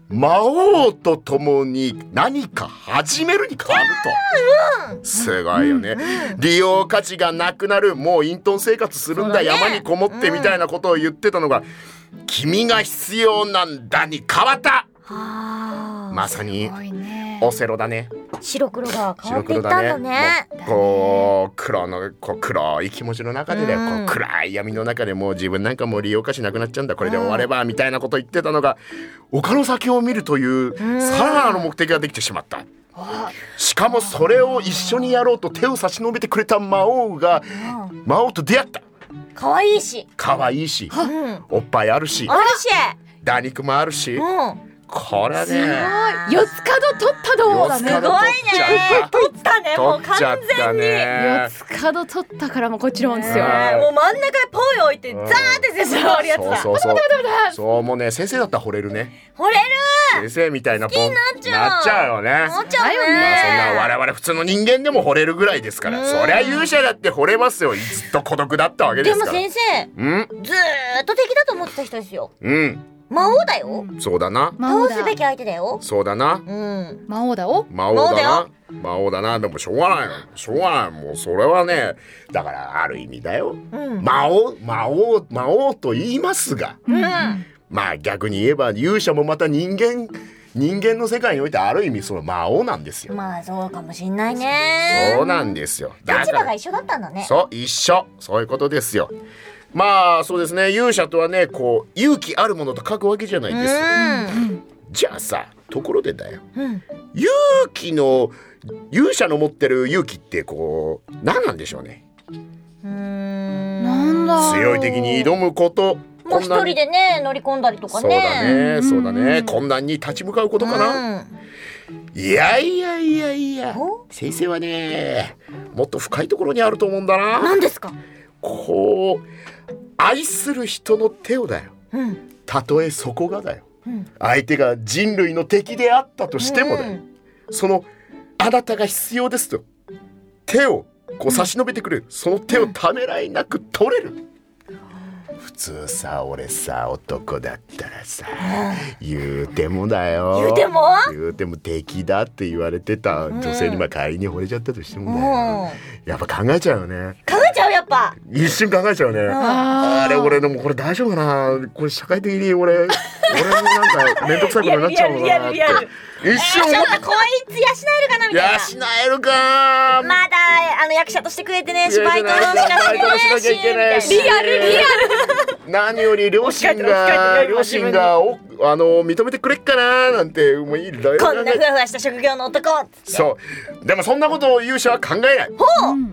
Speaker 6: 魔王と共に何か始めるに変わると、すごいよね、利用価値がなくなるもう隠遁生活するんだ山にこもってみたいなことを言ってたのが、君が必要なんだに変わったまさにオセロだね
Speaker 1: 白黒が変わ
Speaker 6: 白
Speaker 1: ってい
Speaker 6: 黒
Speaker 1: ったん
Speaker 6: だ
Speaker 1: だね
Speaker 6: ねもうこう黒のこう黒い気持ちの中でだよ、
Speaker 1: うん
Speaker 6: こう暗い闇の中でもう自分なんかもう利用価値なくなっちゃうんだこれで終わればみたいなこと言ってたのが丘の先を見るというさらなる目的ができてしまった。しかもそれを一緒にやろうと手を差し伸べてくれた魔王が魔王と出会った
Speaker 1: 可愛いし
Speaker 6: 可愛いし
Speaker 1: うん
Speaker 6: おっぱいあるし
Speaker 1: あるし
Speaker 6: 打肉もあるし
Speaker 1: うん
Speaker 6: これね
Speaker 2: 四つ角取ったどうだ
Speaker 6: 四つ角
Speaker 2: ね
Speaker 6: 取っちゃった
Speaker 1: 取ったねもう
Speaker 6: 取っちゃ
Speaker 1: 完
Speaker 6: った
Speaker 1: 全に
Speaker 6: ね
Speaker 2: 四つ角取ったからもうこっちのもんですよ
Speaker 6: ね
Speaker 1: もう真ん中でポイ置いてザーって全部触るやつだ
Speaker 6: そうそうそうそうもうね先生だったら惚れるね
Speaker 1: 惚れる
Speaker 6: 先生みたいなポンな
Speaker 1: っちゃう
Speaker 6: っちゃうよね
Speaker 1: 思っちゃうよ
Speaker 6: まあそんな
Speaker 1: ね
Speaker 6: 我々普通の人間でも惚れるぐらいですからそりゃ勇者だって惚れますよずっと孤独だったわけで
Speaker 1: ですも
Speaker 6: から
Speaker 1: 先生
Speaker 6: うん
Speaker 1: ずーっと敵だと思ってた人ですよ
Speaker 6: うん
Speaker 1: 魔王だよ
Speaker 6: そうだな
Speaker 2: 魔王
Speaker 1: 倒
Speaker 2: だ
Speaker 1: すべき相手だよ
Speaker 6: そうだな
Speaker 1: うん
Speaker 2: 魔王だお
Speaker 6: 魔王だな魔王だなでもしょうがないよしょうがないもうそれはねだからある意味だよ
Speaker 1: うん
Speaker 6: 魔王魔王魔王と言いますが
Speaker 1: うん
Speaker 6: まあ逆に言えば勇者もまた人間人間の世界においてある意味その魔王なんですよ。
Speaker 1: まあそうかもしんないね
Speaker 6: そうなんですよ。
Speaker 1: 立場が一緒だったんだね
Speaker 6: そう一緒そういうことですよまあそうですね勇者とはねこう勇気あるものと書くわけじゃないんですよじゃあさところでだよ、勇気の勇者の持ってる勇気ってこう何なんでしょうね
Speaker 1: うん
Speaker 2: なんだ
Speaker 6: 強い敵に挑むこと
Speaker 1: もう一
Speaker 6: 困難
Speaker 1: 人
Speaker 6: に
Speaker 1: でね乗り込んだりとかね
Speaker 6: そうだねそうだね困難に立ち向かうことかな、いやいやいやいや
Speaker 1: お
Speaker 6: 先生はねもっと深いところにあると思うんだな
Speaker 1: 何ですか
Speaker 6: こう愛する人の手をだよ
Speaker 1: うん
Speaker 6: たとえそこがだよ、
Speaker 1: うん
Speaker 6: 相手が人類の敵であったとしてもだよ、
Speaker 1: うん
Speaker 6: そのあなたが必要ですと手をこう差し伸べてくれる、その手をためらいなく取れる、普通さ俺さ男だったらさ、言うてもだよ
Speaker 1: 言うても
Speaker 6: 言うても敵だって言われてた女性にまあ仮に惚れちゃったとしても
Speaker 1: うん
Speaker 6: だよ、
Speaker 1: 考
Speaker 6: やっぱ考えちゃうよね
Speaker 1: えちゃうやっぱ
Speaker 6: 一瞬考えちゃうね、あれ俺でもこれ大丈夫かなこれ社会的に俺 俺もなんか面倒くさいことになっちゃうの
Speaker 1: リア
Speaker 6: かな
Speaker 1: ルリア
Speaker 6: っ
Speaker 1: ルリアル
Speaker 6: て一
Speaker 1: ちょ
Speaker 6: 瞬
Speaker 1: っ
Speaker 6: 思っ
Speaker 1: とこいつ養えるかなみ
Speaker 6: て
Speaker 1: たいな
Speaker 6: 養えるか
Speaker 1: まだあの役者としてくれてね芝居としか
Speaker 6: バイトしなきゃいけないし
Speaker 1: リアルリアル
Speaker 6: ル何より両親
Speaker 1: 押
Speaker 6: が
Speaker 1: し返って
Speaker 6: 両
Speaker 1: 押し返
Speaker 6: 親
Speaker 1: って
Speaker 6: がおあの認めてくれっかななんてもういいだよ
Speaker 1: こんなふわふわした職業の男
Speaker 6: そうでもそんなことを勇者は考えない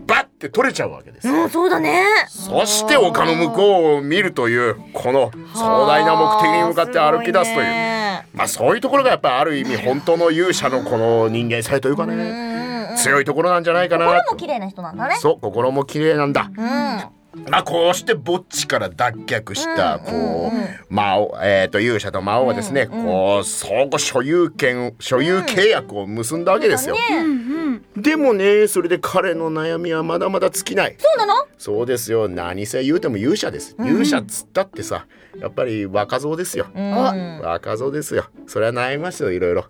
Speaker 6: バッて取れちゃうわけです
Speaker 1: うんそうだね
Speaker 6: そして丘の向こうを見るというこの壮大な目的に向かって歩き出すと
Speaker 1: はあご
Speaker 6: いう
Speaker 1: ね
Speaker 6: まあそういうところがやっぱりある意味本当の勇者のこの人間性というか
Speaker 1: う
Speaker 6: ね
Speaker 1: んうん
Speaker 6: 強いところなんじゃないかな
Speaker 1: 心
Speaker 6: と
Speaker 1: も綺麗な人なんだね
Speaker 6: そう心も綺麗なんだ
Speaker 1: うん
Speaker 6: まあこうしてぼっちから脱却した
Speaker 1: うんうんうん
Speaker 6: こう魔王えーと勇者と魔王はですねこう相互所有権所有契約を結んだわけですよ
Speaker 1: ね
Speaker 6: でもねそれで彼の悩みはまだまだ尽きない
Speaker 1: そうなの
Speaker 6: そうですよ何せ言うても勇者です勇者っつったってさやっぱり若造ですよ
Speaker 1: うん
Speaker 6: 若造ですよそれは悩みますよいろいろ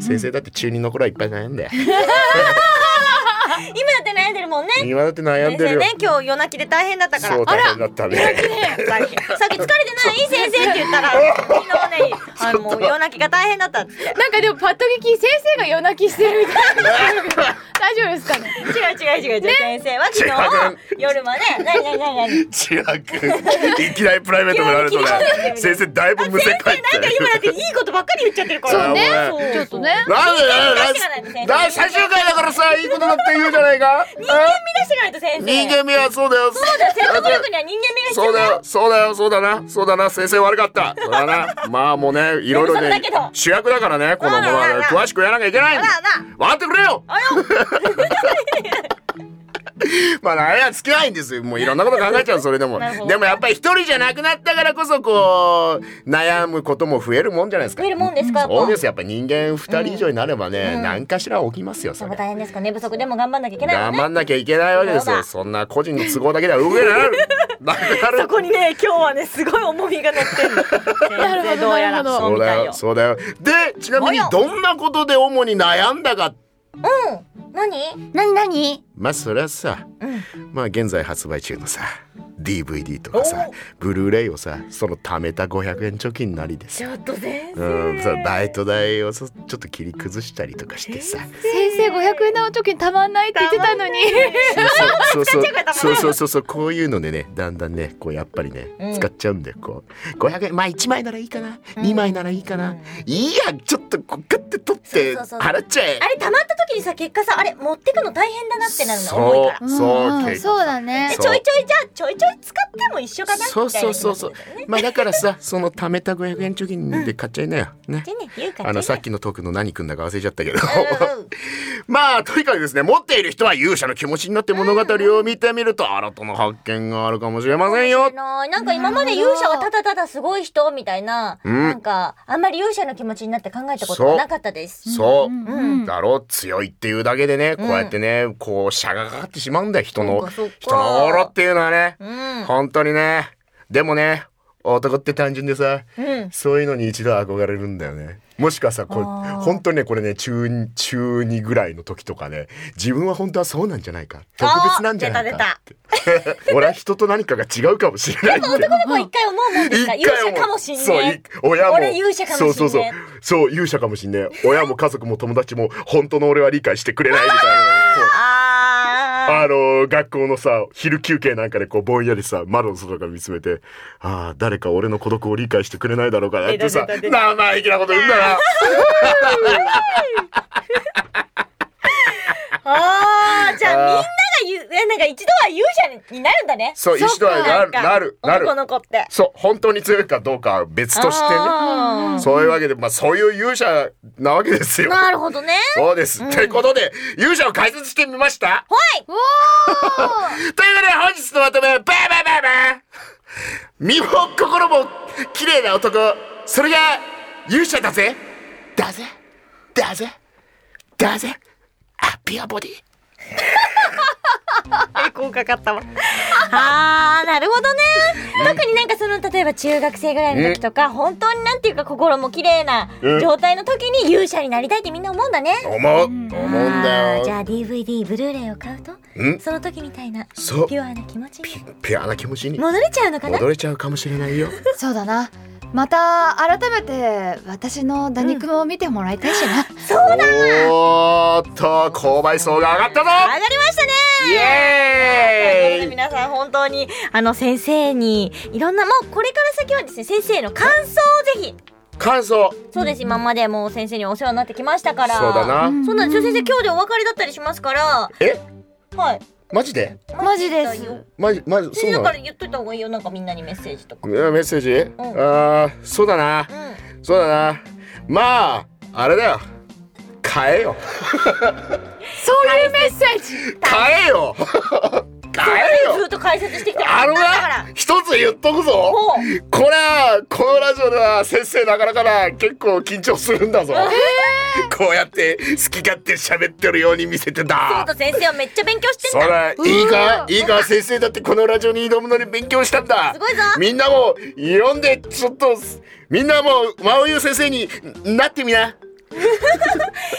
Speaker 6: 先生だって中二の頃はいっぱい悩んだよ
Speaker 1: 今だって悩んでるもんね
Speaker 6: 今だって悩ん
Speaker 1: 先
Speaker 6: で
Speaker 1: 生
Speaker 6: るよ
Speaker 1: ね今日夜泣きで大変だったから
Speaker 6: そう大変だったね
Speaker 1: さっきさっき疲れてない先生って言ったら昨日ねあのもう夜泣きが大変だったって違
Speaker 2: なんかでもパッと聞き先生が夜泣きしてるみたいな大丈夫ですかね
Speaker 1: う違う違う違う、先生は昨日夜まで何何何何
Speaker 6: 千秋君いきなりプライベートもやるとね先生だいぶむせ
Speaker 1: 先
Speaker 6: 返って
Speaker 1: 生なんか今だっていいことばっかり言っちゃってるから
Speaker 6: そうね
Speaker 2: ちょっとね
Speaker 6: なんで
Speaker 1: 人間味出していかないと先生
Speaker 6: だ最終回だからさいいことだって言うじゃないか
Speaker 1: 人間味出していかないと先生
Speaker 6: 人間味はそうだよ
Speaker 1: そうだよ説得力には人間味が必
Speaker 6: そ
Speaker 1: 要
Speaker 6: うだ
Speaker 1: だよ
Speaker 6: よそうだよそうだなそうだな先生悪かったそうだ なまあもうねいろいろ
Speaker 1: でもそれだ
Speaker 6: ね
Speaker 1: けど
Speaker 6: 主役だからねこのもの
Speaker 1: あらあ
Speaker 6: は
Speaker 1: ら
Speaker 6: 詳しくやらなきゃいけないんだ
Speaker 1: あらあら
Speaker 6: 分かってくれよ
Speaker 1: あよ
Speaker 6: まあ、あれはつけないんですよ。もういろんなこと考えちゃう、それでも
Speaker 1: なるほ。ど
Speaker 6: でもやっぱり一人じゃなくなったからこそ、こう、悩むことも増えるもんじゃないですか。
Speaker 1: 増えるもんですかやっぱ
Speaker 6: そうですよ。やっぱ人間二人以上になればね、何かしら起きますよ、そ
Speaker 1: やっぱ
Speaker 6: れ。
Speaker 1: 大変ですか寝不足でも頑張んなきゃいけないも
Speaker 6: 頑
Speaker 1: んね
Speaker 6: 張んなきゃいけないわけです
Speaker 1: そう
Speaker 6: よ。
Speaker 1: だ
Speaker 6: そんな個人の都合だけでは動けない。 なくな
Speaker 1: そ
Speaker 6: る。
Speaker 1: こにね今日はねすごい重みが乗ってるの先生どうやらそ
Speaker 6: そうう
Speaker 1: み
Speaker 6: だ
Speaker 1: たい
Speaker 6: よ、
Speaker 1: よ
Speaker 6: そうだよ。で、ちなみに
Speaker 1: もうよ
Speaker 6: どんなことで主に悩んだか。
Speaker 1: 何何何
Speaker 6: まあ、それはさ、まあ、現在発売中のさ、DVD とかさ、ブルーレイをさ、その貯めた500円貯金なりですよ
Speaker 1: ちょっと先生
Speaker 6: うん、そうバイト代をそちょっと切り崩したりとかしてさ、
Speaker 2: 先生500円のお貯金たまんないって言ってたのに
Speaker 6: そうそ
Speaker 1: 使
Speaker 6: う
Speaker 1: っちゃうから
Speaker 6: そうそうそうそうこういうのでねだんだんねこうやっぱりね、使っちゃうんだよこう500円まあ1枚ならいいかな、2枚ならいいかな、いいやちょっとこうガッて取って
Speaker 1: そうそうそう
Speaker 6: 払っちゃえ
Speaker 1: あれ溜まった時にさ結果さあれ持ってくの大変だなってなるの重いから
Speaker 6: そうそ
Speaker 2: ん
Speaker 6: う、結構
Speaker 2: そうだね
Speaker 1: でちょいちょいじゃあちょいちょい使っても一緒かなみたい
Speaker 6: そ
Speaker 1: な
Speaker 6: うそうそうそうまあだからさその貯めた500円貯金で買っちゃいなよ、ね
Speaker 1: でね言うから
Speaker 6: あのさっきのトークの何くんだか忘れちゃったけど
Speaker 1: うんうん
Speaker 6: まあとにかくですね持っている人は勇者の気持ちになって物語を見てみると新たな発見があるかもしれませんよ。
Speaker 1: ななんか今まで勇者はただただすごい人みたいな、
Speaker 6: ん
Speaker 1: なんかあんまり勇者の気持ちになって考えたことがなかったです。
Speaker 6: そう、
Speaker 1: ん
Speaker 6: だろ強いっていうだけでねこうやってね、こうシャがかかってしまうんだよ人
Speaker 1: そ
Speaker 6: の
Speaker 1: っかそっか
Speaker 6: 人の心っていうのはね、
Speaker 1: うん
Speaker 6: 本当にねでもね男って単純でさ、
Speaker 1: うん
Speaker 6: そういうのに一度憧れるんだよね。もしくはさこれ
Speaker 2: あー
Speaker 6: 本当にねこれね中二中2ぐらいの時とかね自分は本当はそうなんじゃないか特別なんじゃないかって俺は人と何かが違うかもしれないって
Speaker 1: もう一回思うもんですか勇者かもしん
Speaker 6: そう
Speaker 1: ね
Speaker 6: い親も
Speaker 1: 俺勇者かもしんね
Speaker 6: そうそうそうそう勇者かもしんね親も家族も友達も本当の俺は理解してくれないみたいなこう
Speaker 1: あ
Speaker 6: あの学校のさ昼休憩なんかでこうぼんやりさ窓の外から見つめて「ああ誰か俺の孤独を理解してくれないだろうかな」ってさ
Speaker 1: 出た出た出た
Speaker 6: 生意気なこと言うんだな
Speaker 1: ーあーじゃあみんな
Speaker 6: あ
Speaker 1: が
Speaker 6: ー
Speaker 1: ゆえなんか一度は勇者になるんだね
Speaker 6: そう一度はなる
Speaker 1: そっか
Speaker 6: なるなる
Speaker 1: 男の子って
Speaker 6: そう本当に強いかどうかは別としてね
Speaker 1: あー
Speaker 6: そういうわけで、まあ、そういう勇者なわけですよ。
Speaker 1: なるほどね
Speaker 6: そうです。ということで、勇者を解説してみまし
Speaker 1: は
Speaker 6: た。
Speaker 1: い
Speaker 6: ということで本日のまとめバーバーバーバー身も心も綺麗な男それが勇者だぜだぜだぜだぜハッピアボディ
Speaker 1: エコーかかったわあーなるほどね特になんかその例えば中学生ぐらいの時とか本当になんていうか心も綺麗な
Speaker 6: うん
Speaker 1: 状態の時に勇者になりたいってみんな思うんだね
Speaker 6: 思う思うんだ
Speaker 1: あーじ
Speaker 6: よ
Speaker 1: ゃあ DVD ブルーレイを買うと
Speaker 6: うん
Speaker 1: その時みたいな
Speaker 6: そう
Speaker 1: ピュアな気持ちに
Speaker 6: ピュアな気持ちに
Speaker 1: 戻れちゃうのかな
Speaker 6: 戻れちゃうかもしれないよ
Speaker 2: そうだなまた改めて私の打肉も見てもらいたいしな、
Speaker 6: おーっと購買層が上がったぞ
Speaker 1: 上がりましたね
Speaker 6: イエーイ
Speaker 1: 皆さん本当にあの先生にいろんなもうこれから先はですね先生の感想をぜひ
Speaker 6: 感想
Speaker 1: そうです今までもう先生にお世話になってきましたから
Speaker 6: そうだな
Speaker 1: そうなんですよ先生今日でお別れだったりしますから
Speaker 6: え
Speaker 1: はい
Speaker 6: マジで
Speaker 2: マジです
Speaker 1: だよ
Speaker 6: マジマジそ
Speaker 1: 先生
Speaker 6: うな
Speaker 1: だ
Speaker 6: の
Speaker 1: から言っといた方がいいよなんかみんなにメッセージとか
Speaker 6: いやメッセージ、あーそうだな、
Speaker 1: うん
Speaker 6: そうだなまああれだよ買えよ
Speaker 2: そういうメッセージ
Speaker 6: 買えよ買え
Speaker 1: ず
Speaker 6: よ
Speaker 1: っと解説してきてもらっ
Speaker 6: あ
Speaker 1: た
Speaker 6: の
Speaker 1: んだから
Speaker 6: な一つ言っとくぞ
Speaker 1: ほう
Speaker 6: これはこのラジオでは先生なかなかな結構緊張するんだぞ、こうやって好き勝手喋ってるように見せて
Speaker 1: そう
Speaker 6: た
Speaker 1: だ先生はめっちゃ勉強して
Speaker 6: そ
Speaker 1: んだ
Speaker 6: れいいかいいか先生だってこのラジオに挑むのに勉強したんだ
Speaker 1: すごいぞ
Speaker 6: みんなも読んでちょっとみんなも真央優先生になってみな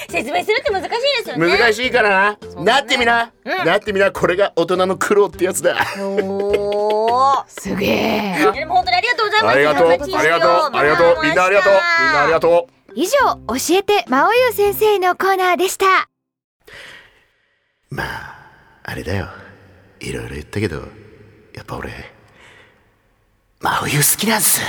Speaker 1: 説明するって難しいですよね
Speaker 6: 難しいからな、なってみな、
Speaker 1: うん
Speaker 6: なってみなこれが大人の苦労ってやつだ
Speaker 1: おー
Speaker 2: すげえ
Speaker 1: でも本当にありがとうございます
Speaker 6: ありがと うあ
Speaker 1: 頑張って
Speaker 6: りがとうありがとうみんなありがとうみんなありがと
Speaker 2: 以上教えて真央優先生のコーナーでした
Speaker 6: うまああれだよいろいろ言ったけどやっぱ俺真冬好きなんす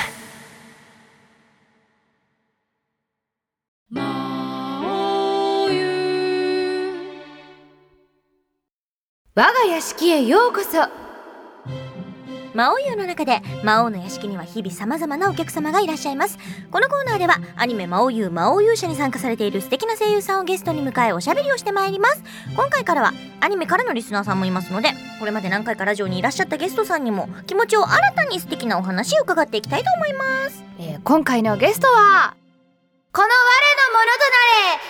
Speaker 2: 我が屋敷へようこそ
Speaker 1: 魔王湯の中で魔王の屋敷には日々様々なお客様がいらっしゃいますこのコーナーではアニメ魔王湯魔王勇者に参加されている素敵な声優さんをゲストに迎えおしゃべりをしてまいります今回からはアニメからのリスナーさんもいますのでこれまで何回かラジオにいらっしゃったゲストさんにも気持ちを新たに素敵なお話を伺っていきたいと思います
Speaker 2: えー今回のゲストはこの我のもの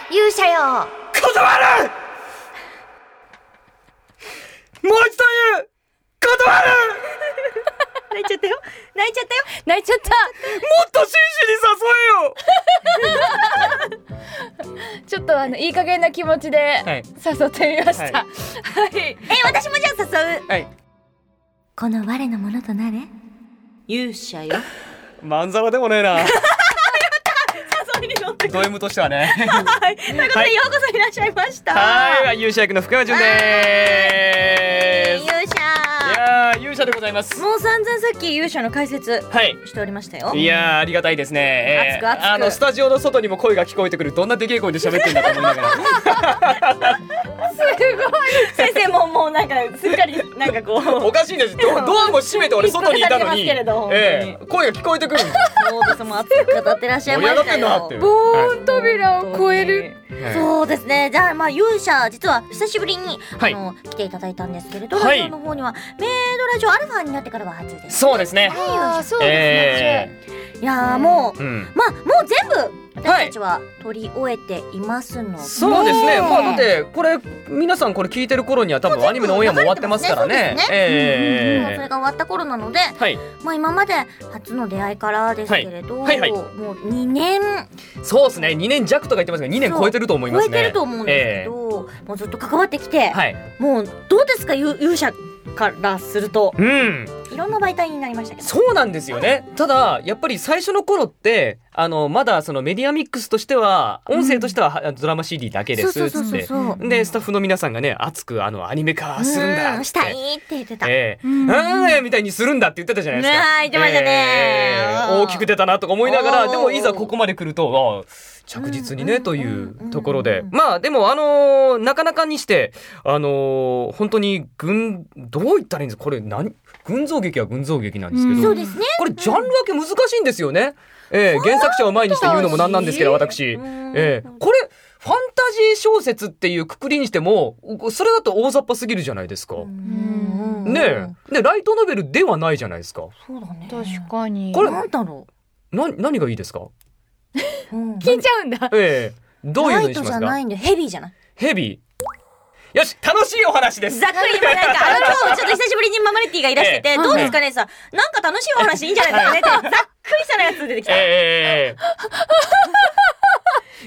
Speaker 2: となれ勇者よ
Speaker 5: 断るもう一度言う断る
Speaker 1: 泣いちゃったよ泣いちゃったよ
Speaker 2: 泣いちゃった
Speaker 5: もっと真摯
Speaker 2: ちょっとあのいい加減な気持ちで
Speaker 5: に誘えよ
Speaker 2: 誘ってみました
Speaker 5: は
Speaker 2: はい、
Speaker 1: え私もじゃあ誘う
Speaker 5: はい、はい、
Speaker 1: この我のものとなれ勇者よ
Speaker 5: まんざらでもねえな
Speaker 1: 誘いに乗って
Speaker 5: ド M としては ね
Speaker 1: はいということでようこそいらっしゃいました
Speaker 5: はい勇者役の福山潤で
Speaker 1: 勇
Speaker 5: すい
Speaker 1: 者
Speaker 5: やー勇者でございます
Speaker 1: もう散々さっき勇者の解説
Speaker 5: はい
Speaker 1: しておりましたよ
Speaker 5: いやーありがたいですね、
Speaker 1: 熱
Speaker 5: えー
Speaker 1: く熱く
Speaker 5: あのスタジオの外にも声が聞こえてくるどんなでけえ声で喋ってんだと思いながら
Speaker 1: 先生ももうなんかすっかりなんかこう
Speaker 5: おかしいんですドドアも閉めて俺外にいたのに
Speaker 1: 引っ越されてますけれど
Speaker 5: えー声が聞こえてくるんです
Speaker 1: そうですもう熱く語ってらっしゃい
Speaker 5: 盛り
Speaker 1: ま
Speaker 5: 上が
Speaker 1: し
Speaker 5: ったてんなって
Speaker 1: よ
Speaker 2: 防音扉を越える
Speaker 5: はい
Speaker 1: そうですねじゃあまあ勇者実は久しぶりに、
Speaker 5: はい
Speaker 1: あの来ていただいたんですけれど、
Speaker 5: はい
Speaker 1: ラジオの方にはメイドラジオアルファになってからは初です
Speaker 5: そうですね
Speaker 2: ああそうですね、
Speaker 5: え
Speaker 1: いやーもう、
Speaker 5: ーうん
Speaker 1: まあもう全部私たちは撮り終えていますので、
Speaker 7: そうですね。まあだってこれ皆さんこれ聞いてる頃には多分アニメのオンエアも終わってますから
Speaker 1: もう全部流れて
Speaker 7: ね。
Speaker 1: ますね
Speaker 7: え
Speaker 1: まあ
Speaker 7: え
Speaker 1: それが終わった頃なので、
Speaker 7: はい。
Speaker 1: まあ今まで初の出会いからですけれど、
Speaker 7: はいはいはい
Speaker 1: もう2年
Speaker 7: そうですね。2年弱とか言ってますけど、2年超えてると思いま
Speaker 1: 超
Speaker 7: す
Speaker 1: え
Speaker 7: ね。
Speaker 1: てると思うんですけ
Speaker 7: え
Speaker 1: ど、もうずっと関わってきて、
Speaker 7: えはい。
Speaker 1: もうどうですかゆ勇者からすると
Speaker 7: うん。
Speaker 1: いろんな媒体になりましたけど。
Speaker 7: そうなんですよね。ただ、やっぱり最初の頃って、あの、まだそのメディアミックスとしては、音声としては、はドラマ CD だけで
Speaker 1: そう
Speaker 7: す
Speaker 1: そ
Speaker 7: っ
Speaker 1: うそう
Speaker 7: つっ
Speaker 1: そう
Speaker 7: て。
Speaker 1: そう。
Speaker 7: で、スタッフの皆さんがね、熱くあの、アニメ化するんだっ
Speaker 1: う
Speaker 7: て。
Speaker 1: んしたいって言ってた。
Speaker 7: ええうん、みたいにするんだって言ってたじゃないですか。
Speaker 1: ねえ言ってましたね
Speaker 7: ええ
Speaker 1: うん
Speaker 7: 大きく出たなとか思いなが
Speaker 1: う
Speaker 7: ら、
Speaker 1: ん
Speaker 7: でもいざここまで来ると、ああ着実に
Speaker 1: う
Speaker 7: ね、
Speaker 1: ん
Speaker 7: というところ
Speaker 1: う
Speaker 7: で
Speaker 1: んうん。
Speaker 7: まあ、でも、あのーなかなかにして、あのー本当に、群、どう言ったらいいんですかこれ、何、群像劇は群像劇なんですけ
Speaker 1: そ
Speaker 7: ど、
Speaker 1: うですね。
Speaker 7: これ、ジャンル分け難しいんですよね。ええ原作者を前にして言うのもなんなんですけど、私。ええこれ、ファンタジー小説っていうくくりにしても、それだと大雑把すぎるじゃないですか。
Speaker 1: うん
Speaker 7: ねえ、ねライトノベルではないじゃないですか。
Speaker 1: そうだね。
Speaker 2: 確かに
Speaker 7: これ
Speaker 1: なんだろ
Speaker 7: な何がいいですか。
Speaker 1: う。うん
Speaker 2: 聞いちゃうんだ
Speaker 7: ええどういう
Speaker 1: ラ
Speaker 7: の
Speaker 1: イ
Speaker 7: に
Speaker 1: ト
Speaker 7: し
Speaker 1: じ
Speaker 7: ま
Speaker 1: ゃ
Speaker 7: す
Speaker 1: な
Speaker 7: か
Speaker 1: い。んだよ。ヘビーじゃない。
Speaker 7: ヘビー。よし、楽しいお話です。
Speaker 1: ざっくりでもなんか、あの、今日ちょっと久しぶりにママレッティがいらして
Speaker 7: え
Speaker 1: て、
Speaker 7: え
Speaker 1: どうですかねさ、なんか楽しいお話いいんじゃないですかねって、ざっくりしたやつ出てきた。
Speaker 7: え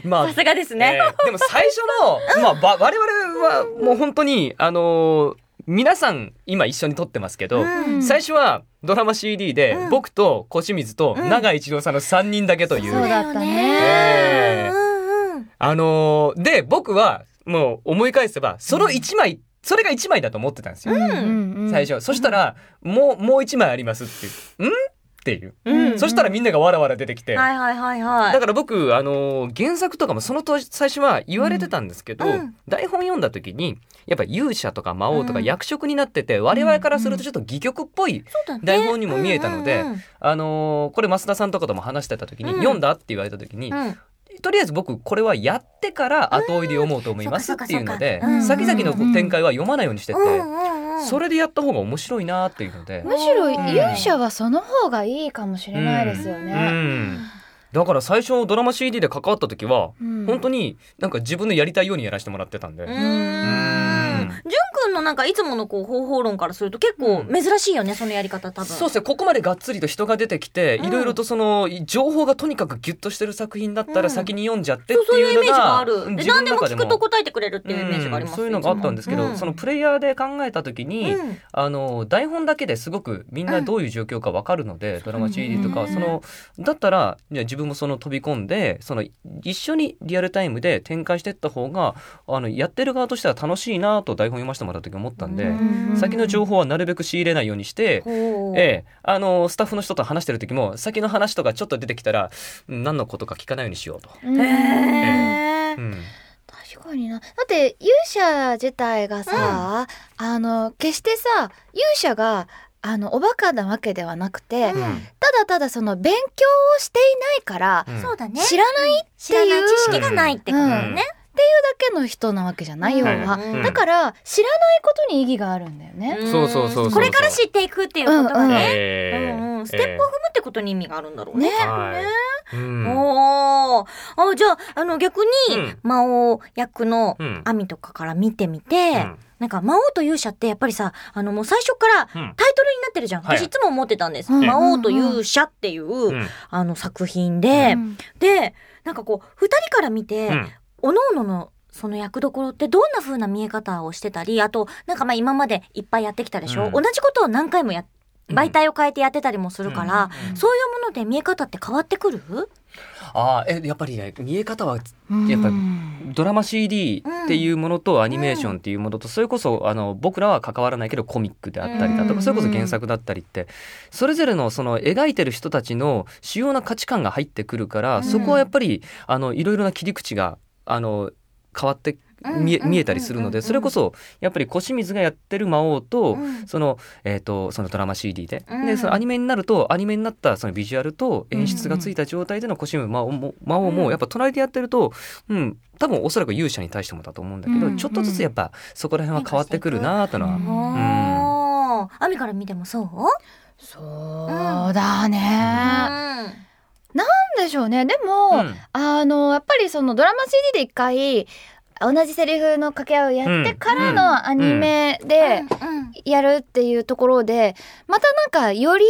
Speaker 7: えまあ
Speaker 1: さすがですね。
Speaker 7: ええでも最初の、まあ、ば我々はもう本当に、あのー皆さん今一緒に撮ってますけど、
Speaker 1: うん
Speaker 7: 最初はドラマ CD で、
Speaker 1: うん
Speaker 7: 僕と小清水と永井一郎さんの3人だけという。
Speaker 2: そうだったね
Speaker 7: ええ
Speaker 1: うんうん。
Speaker 7: あのーで、僕は、もう思い返せば、その1枚、それが1枚だと思ってたんですよ。最初。そしたら、もう、もう1枚ありますっていう。んっていう。
Speaker 1: うん
Speaker 7: そしたらみんながわらわら出てきて。
Speaker 1: はいはいはいはい。
Speaker 7: だから僕、あのー原作とかもその当時最初は言われてたんですけど、
Speaker 1: うんうん
Speaker 7: 台本読んだ時に、やっぱ勇者とか魔王とか
Speaker 1: うん
Speaker 7: 役職になってて、我々からするとちょっと戯曲っぽい
Speaker 1: そうだね
Speaker 7: 台本にも見えたので
Speaker 1: うんうん
Speaker 7: あのーこれ増田さんとかとも話してた時に、
Speaker 1: うん
Speaker 7: 読んだって言われた時に、
Speaker 1: うんうん
Speaker 7: とりあえず僕これはやってから後追いで読もうと思いますっていうので、
Speaker 1: うんうん
Speaker 7: 先々の展開は読まないようにしてて、
Speaker 1: うんうんうん
Speaker 7: それでやった方が面白いなっていうので、
Speaker 2: むしろ
Speaker 1: うん
Speaker 2: 勇者はその方がいいかもしれないですよ
Speaker 7: う
Speaker 2: ね。
Speaker 7: ん、だから最初ドラマ CD で関わった時は
Speaker 2: うん
Speaker 7: 本当になんか自分のやりたいようにやらせてもらってたんで、
Speaker 1: うーん。じゅんくんのなんかいつものこう方法論からすると結構珍しいよね、そのやり方多分。
Speaker 7: そうですねここまでがっつりと人が出てきて、
Speaker 1: うん
Speaker 7: いろいろとその情報がとにかくギュッとしてる作品だった
Speaker 1: うん
Speaker 7: ら先に読んじゃってっ
Speaker 1: そう
Speaker 7: て
Speaker 1: そういうイ
Speaker 7: い
Speaker 1: メー
Speaker 7: うの
Speaker 1: ジがあ
Speaker 7: が
Speaker 1: る。で
Speaker 7: 自
Speaker 1: 何
Speaker 7: 分の
Speaker 1: でも
Speaker 7: 中で
Speaker 1: 聞くと
Speaker 7: も。
Speaker 1: 答えてくれるっていうイメージがあり
Speaker 7: うん
Speaker 1: ます。
Speaker 7: そういうのがあったんですけど、
Speaker 1: うん
Speaker 7: そのプレイヤーで考えた時に、
Speaker 1: うん
Speaker 7: あの台本だけですごくみんなどういう状況かわかるので、ドラマ CD とか、そのだったらじゃあ自分もその飛び込んでその一緒にリアルタイムで展開していった方があのやってる側としては楽しいなと台本読ませてもらった時思ったんで、
Speaker 1: うん
Speaker 7: 先の情報はなるべく仕入れないようにして。
Speaker 1: ほう
Speaker 7: ええ、あのスタッフの人と話してる時も先の話とかちょっと出てきたらうん何のことか聞かないようにしようと。
Speaker 2: うん
Speaker 1: へー
Speaker 7: うん
Speaker 2: 確かにな。だって勇者自体がさ、あの決してさ勇者があのおバカなわけではなくて、
Speaker 7: うん
Speaker 2: ただただその勉強をしていないから、
Speaker 7: うん
Speaker 1: そうだね。
Speaker 2: 知らないだ
Speaker 1: 知らない知識がないってことだ
Speaker 7: うん
Speaker 1: ね。
Speaker 2: けの人なわけじゃない、
Speaker 1: うん
Speaker 2: 要は、
Speaker 1: うん
Speaker 2: だから知らないことに意義があるんだよね。
Speaker 1: ん
Speaker 7: そうそうそうそう
Speaker 1: これから知っていくっていうことがね。う
Speaker 7: ええ
Speaker 1: んうんステップを踏むってことに意味があるんだろうね。
Speaker 2: ね
Speaker 7: はいうん
Speaker 1: おーあじゃああの逆に、
Speaker 7: うん
Speaker 1: 魔王役の
Speaker 7: うん
Speaker 1: アミとかから見てみて、
Speaker 7: うん
Speaker 1: なんか魔王と勇者ってやっぱりさあのもう最初からタイトルに
Speaker 7: うん
Speaker 1: なってるじゃん、
Speaker 7: はい
Speaker 1: 私いつも思ってたんです、
Speaker 2: うん
Speaker 1: 魔王と勇者っていう、
Speaker 7: うん
Speaker 1: あの作品で、
Speaker 2: うん
Speaker 1: でなんかこう二人から見て、
Speaker 7: うん
Speaker 1: おのおののその役どころってどんな風な見え方をしてたりあとなんかまあ今までいっぱいやってきたでしょ、
Speaker 7: うん
Speaker 1: 同じことを何回もや媒体を変えてやってたりもするから、そういうもので見え方って変わってくる、
Speaker 7: ああえやっぱりね見え方は
Speaker 2: うん
Speaker 7: やっぱドラマ CD っていうものとアニメーションっていうものとそれこそあの僕らは関わらないけどコミックであったりだと
Speaker 2: う
Speaker 7: か
Speaker 2: ん
Speaker 7: それこそ原作だったりってそれぞれのその描いてる人たちの主要な価値観が入ってくるか
Speaker 1: ん
Speaker 7: らそこはやっぱりあのいろいろな切り口があの変わって見え見えたりするのでそれこそやっぱり小清水がやってる魔王と
Speaker 1: うん
Speaker 7: その,、えー、とそのドラマ CD で,、
Speaker 1: うん
Speaker 7: でそのアニメになるとアニメになったそのビジュアルと演出がついた状態でのコシム魔王も魔王
Speaker 1: うん
Speaker 7: もやっぱ隣でやってると、うん、多分おそらく勇者に対してもだと思うんだけど、
Speaker 2: うん
Speaker 7: ちょっとずつやっぱそこら辺は変わってくるなというのは、
Speaker 2: うん
Speaker 1: あーアミから見てもそう、
Speaker 2: そうだね。
Speaker 1: うん
Speaker 2: なんでしょうね。でも、
Speaker 7: うん
Speaker 2: あの、やっぱりそのドラマ CD で一回、同じセリフの掛け合いをやってからのアニメでやるっていうところで、またなんかより、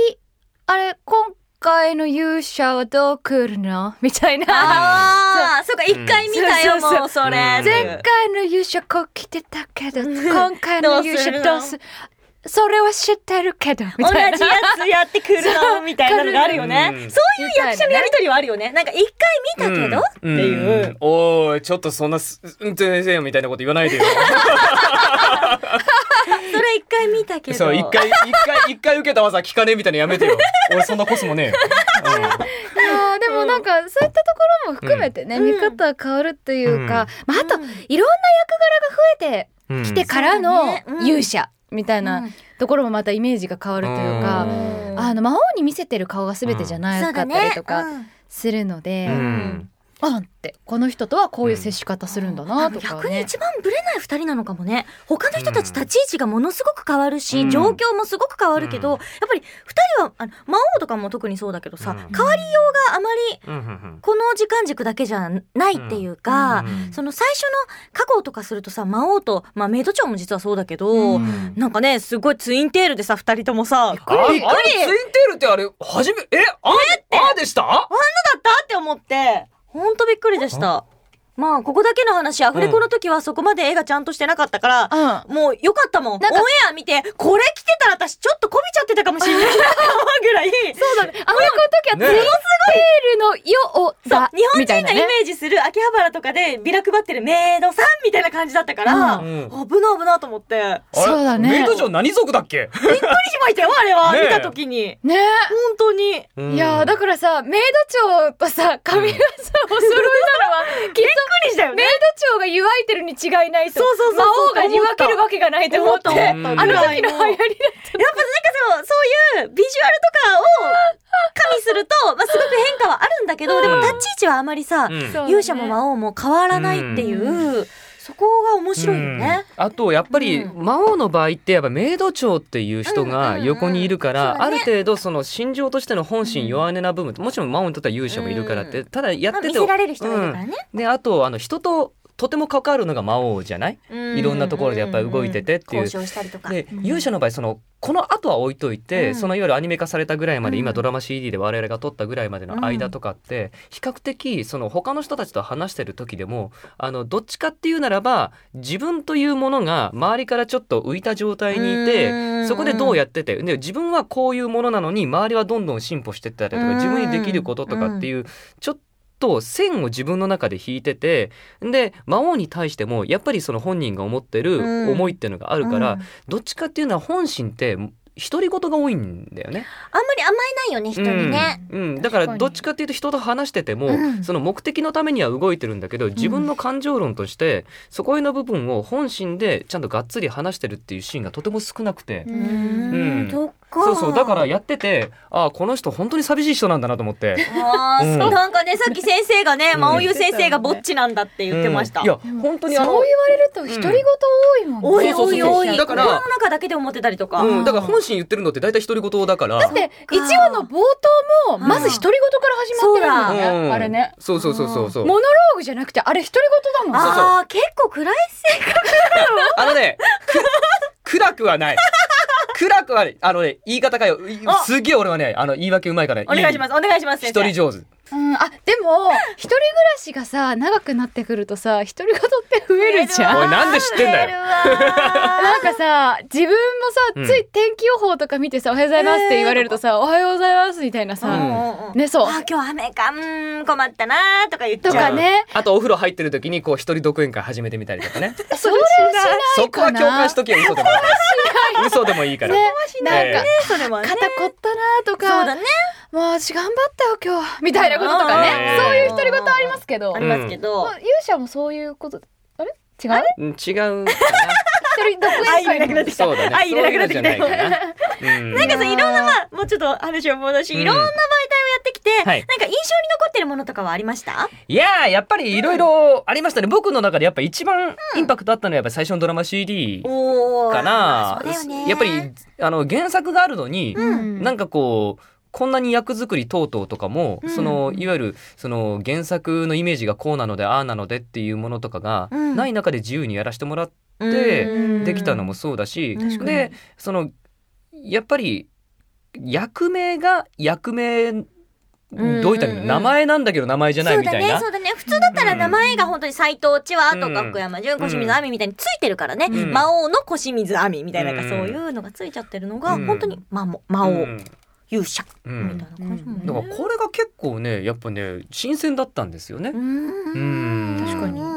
Speaker 2: あれ、今回の勇者はどう来るの みたいな。
Speaker 1: ああ、そうか、一回見たよ、
Speaker 2: そうそうそう
Speaker 1: もうそれ。
Speaker 2: 前回の勇者こう来てたけど、今回の勇者どうするそれは知ってるけど、み
Speaker 1: 同じ
Speaker 2: た
Speaker 1: や
Speaker 2: いな。
Speaker 1: つやってくるのみたいなのがあるよね。
Speaker 7: うん
Speaker 1: そういう役者のやりとりはあるよね。なんか一回見たけど、っていう。
Speaker 7: んおいちょっとそんなす運転せよみたいなこと言わないでよ
Speaker 1: それ一回見た けど。
Speaker 7: そう一回一回一回受けた技聞かねえみたいなのやめ てよ俺そんなコスもねえよ、
Speaker 2: あーでもなんかそういったところも含めてね、
Speaker 1: うん
Speaker 2: 見方が変わるっていうか、まあ、あといろんな役柄が増え
Speaker 7: うん
Speaker 2: てきてからの勇者みたい
Speaker 1: うん
Speaker 2: なところもまたイメージが変わるという
Speaker 1: う
Speaker 2: か、
Speaker 1: ん
Speaker 2: あの魔王に見せてる顔が全てじゃな
Speaker 1: そう
Speaker 2: か
Speaker 1: だ
Speaker 2: ったり
Speaker 1: ね
Speaker 2: とかするので、
Speaker 7: うん
Speaker 2: あんってこの人とはこういう接し方するんだなとか
Speaker 1: 逆に
Speaker 2: ね。
Speaker 1: 一番ブレない二人なのかもね他の人たち立ち位置がものすごく変わるし、
Speaker 7: うん
Speaker 1: 状況もすごく変わるけど、
Speaker 7: うん
Speaker 1: やっぱり二人はあの魔王とかも特にそうだけどさ、
Speaker 7: うん
Speaker 1: 変わりようがあまり
Speaker 7: うんうん
Speaker 1: この時間軸だけじゃないっていうか、
Speaker 7: うん
Speaker 1: その最初の過去とかするとさ魔王と、まあ、メイド長も実はそうだけど、
Speaker 7: うん
Speaker 1: なんかねすごいツインテールでさ二人ともさこれ
Speaker 7: あ
Speaker 1: だっ
Speaker 7: あれツインテールってあれ初めえああでした
Speaker 1: たって思ってほんとびっくりでした。まあここだけの話アフレコの時はそこまで絵がちゃんとしてなかったから、
Speaker 2: うん
Speaker 1: もうよかったもん。オンエ
Speaker 2: なんか
Speaker 1: ア見て、これ着てたら私ちょっとこびちゃってたかもしれ ないなって思うぐらい。そうだね。
Speaker 2: あの時は
Speaker 7: ね
Speaker 2: ものすごいテールのよお
Speaker 1: そう
Speaker 2: だ、
Speaker 1: 日本
Speaker 2: みたい
Speaker 1: 人が
Speaker 2: な
Speaker 1: イ
Speaker 2: ね
Speaker 1: メージする秋葉原とかでビラ配ってるメイドさんみたいな感じだったから、
Speaker 7: う
Speaker 1: 危
Speaker 7: ん
Speaker 1: な危なと思って。
Speaker 7: あれ
Speaker 2: そうだね
Speaker 7: メイド嬢何族だっけ
Speaker 1: びっくりしましたよ、あれは。
Speaker 7: ねえ
Speaker 1: 見た時に。
Speaker 2: ね
Speaker 1: 本当に。
Speaker 2: いやーだからさメイド長とさ髪型を揃えたのはきっと
Speaker 1: びっくりしたよ
Speaker 2: メイ
Speaker 1: ね。
Speaker 2: ド長が湯わいてるに違いないと
Speaker 1: そうそうそうそう
Speaker 2: 魔王が湯わけるわけがないと思って
Speaker 1: 思った
Speaker 2: あ
Speaker 7: 思
Speaker 2: の
Speaker 7: った
Speaker 2: 時の流行りだった
Speaker 1: やっぱなんかそう、そういうビジュアルとかを加味する と、まあすごく変化はあるんだけど、でも立ち位置はあまりさ、
Speaker 2: そうだね
Speaker 1: 勇者も魔王も変わらないっていう、そこが面白いよね。
Speaker 7: うんあとやっぱり
Speaker 1: う
Speaker 7: 魔王の場合ってやっぱメイド長っていう人
Speaker 1: うんうん
Speaker 7: が
Speaker 1: うん
Speaker 7: 横にいるから、
Speaker 1: そうだね
Speaker 7: ある程度その心情としての本心弱音な部分もちろん魔王にとっては勇者もいるからって、
Speaker 1: うん
Speaker 7: ただや
Speaker 1: ま
Speaker 7: っ
Speaker 1: あ、
Speaker 7: て
Speaker 1: 見
Speaker 7: て、
Speaker 1: せられる人がいるからね。
Speaker 7: うんであとあの人ととても関わるのが魔王じゃない、いろんなところでやっぱり動いててっていう
Speaker 1: 交渉したりとか。
Speaker 7: で勇者の場合そのこの後は置いといて、
Speaker 1: うん
Speaker 7: そのいわゆるアニメ化されたぐらいまで、
Speaker 1: うん
Speaker 7: 今ドラマ CD で我々が撮ったぐらいまでの間とかって、比較的その他の人たちと話してる時でもあのどっちかっていうならば自分というものが周りからちょっと浮いた状態にいて、
Speaker 1: うん
Speaker 7: そこでどうやっててで自分はこういうものなのに周りはどんどん進歩してったりとか、
Speaker 1: うん
Speaker 7: 自分にできることとかっていう、ちょっと線を自分の中で引いててで魔王に対してもやっぱりその本人が思って
Speaker 1: うん
Speaker 7: る思いっていうのがあるから、
Speaker 1: うん
Speaker 7: どっちかっていうのは本心って独り言が多いんだよね。
Speaker 1: あんまり甘えないよね、人にね。
Speaker 7: うん、うんだからどっちかっていうと人と話してても、
Speaker 1: うん
Speaker 7: その目的のためには動いてるんだけど自分の感情論として、そこへの部分を本心でちゃんとがっつり話してるっていうシーンがとても少なくて。
Speaker 1: う
Speaker 7: うん
Speaker 1: そっか。
Speaker 7: そうそうだからやっててああこの人本当に寂しい人なんだなと思って。
Speaker 1: あー
Speaker 7: うん
Speaker 1: なんかね、さっき先生がね、
Speaker 7: うん
Speaker 1: 真央優先生がぼっちなんだって言ってました。
Speaker 7: うんいや本当にあ
Speaker 2: そ
Speaker 7: の
Speaker 2: う言われると独り言多いもんね、
Speaker 1: おい
Speaker 7: そう
Speaker 1: お
Speaker 7: そう
Speaker 1: い
Speaker 7: そう
Speaker 1: おい。
Speaker 7: だから
Speaker 1: 心の中だけで思ってたりとか。
Speaker 7: うん、だから本心言ってるのって大体独り言だから。
Speaker 2: だって一話の冒頭も
Speaker 1: うん
Speaker 2: まず独り言から始まってるもんだ
Speaker 7: う
Speaker 2: ね、
Speaker 7: ん
Speaker 2: あれね
Speaker 7: そうそうそうそうそう。
Speaker 2: モノローグじゃなくてあれ独り言だもん
Speaker 1: ああ、結構暗いせい
Speaker 7: あのね、く暗くはない。暗くはない。あのね、言い方かよ。い
Speaker 1: あ
Speaker 7: すげえ俺はね、あの、言い訳うまいから、
Speaker 1: お願いします、お願いします、先
Speaker 7: 一
Speaker 1: 生。
Speaker 7: 人上手。
Speaker 2: うん、あでも一人暮らしがさ長くなってくるとさ独り言って増えるじゃん
Speaker 7: おい、なんで知ってんだよ。
Speaker 2: なんかさ自分もさ、
Speaker 7: うん
Speaker 2: つい天気予報とか見てさ「おはようございます」って言われるとさ「おはようございます」みたい
Speaker 1: う
Speaker 2: な
Speaker 1: ん
Speaker 2: さ、
Speaker 1: うんうん
Speaker 2: ねそう
Speaker 1: あー今日雨か、うーん、困ったなーとか言っちゃ
Speaker 2: と
Speaker 1: う。
Speaker 2: かね
Speaker 7: あと、お風呂入ってる時に、こう、一人独演会始めてみたりと かね。
Speaker 2: それはしない
Speaker 7: そこは共感しとけよ、嘘でもいい から。嘘でもいい
Speaker 2: ね
Speaker 7: から。ない
Speaker 2: なんか
Speaker 1: ねそれもね。
Speaker 2: 肩凝ったなと
Speaker 1: そう
Speaker 2: か
Speaker 1: だね。
Speaker 2: もう私頑張ったよ今日みたいなこととかね
Speaker 7: うん
Speaker 2: そういう独り言ありますけど、
Speaker 1: あ
Speaker 2: ま
Speaker 1: りますけど。
Speaker 2: あ勇者もそういうことあれ違う
Speaker 7: うん違うか
Speaker 2: 一人独
Speaker 1: あ
Speaker 2: 演
Speaker 1: 入れなく
Speaker 2: 会の
Speaker 1: なっ
Speaker 7: な。
Speaker 1: てきた。
Speaker 7: そうだね。
Speaker 1: あ入れなくなってきた。
Speaker 7: そういうのじゃないかな。うん
Speaker 1: なんかさいろんなまあもうちょっと話を戻し、
Speaker 7: うん
Speaker 1: いろんな媒体をやってきて、
Speaker 7: は
Speaker 1: な
Speaker 7: い
Speaker 1: んか印象に残ってるものとかはありました？
Speaker 7: いやーやっぱりいろいろありましたね、僕の中でやっぱ一番インパクトあったのはやっぱ最初のドラマ CD
Speaker 1: おお。
Speaker 7: かな
Speaker 1: そうだよね。
Speaker 7: やっぱりあの原作があるのに、
Speaker 2: うん
Speaker 7: なんかこうこんなに役作り等々とかも、
Speaker 1: うん
Speaker 7: そのいわゆるその原作のイメージがこうなのでああなのでっていうものとかが
Speaker 1: うん
Speaker 7: ない中で自由にやらせてもらっ
Speaker 1: うん
Speaker 7: てできたのもそうだし、
Speaker 1: 確かに
Speaker 7: でそのやっぱり役名が役名どういったらい
Speaker 1: う
Speaker 7: いの
Speaker 1: んうん
Speaker 7: 名前なんだけど名前じゃないみたいな。
Speaker 1: そうだねそうだね普通だったら名前が本当に斎藤千和とか福山潤小清水亜美みたいについてるからね、
Speaker 7: うん
Speaker 1: 魔王の小清水亜美みたいな、
Speaker 7: うん
Speaker 1: そういうのがついちゃってるのが、
Speaker 7: うん
Speaker 1: 本当に魔も魔王、
Speaker 7: うん
Speaker 1: 勇者
Speaker 7: う
Speaker 1: みたい
Speaker 7: ん
Speaker 1: な感じもね、
Speaker 7: だからこれが結構ねやっぱね新鮮だったんですよね。
Speaker 1: うん
Speaker 7: うん
Speaker 1: 確かに
Speaker 7: う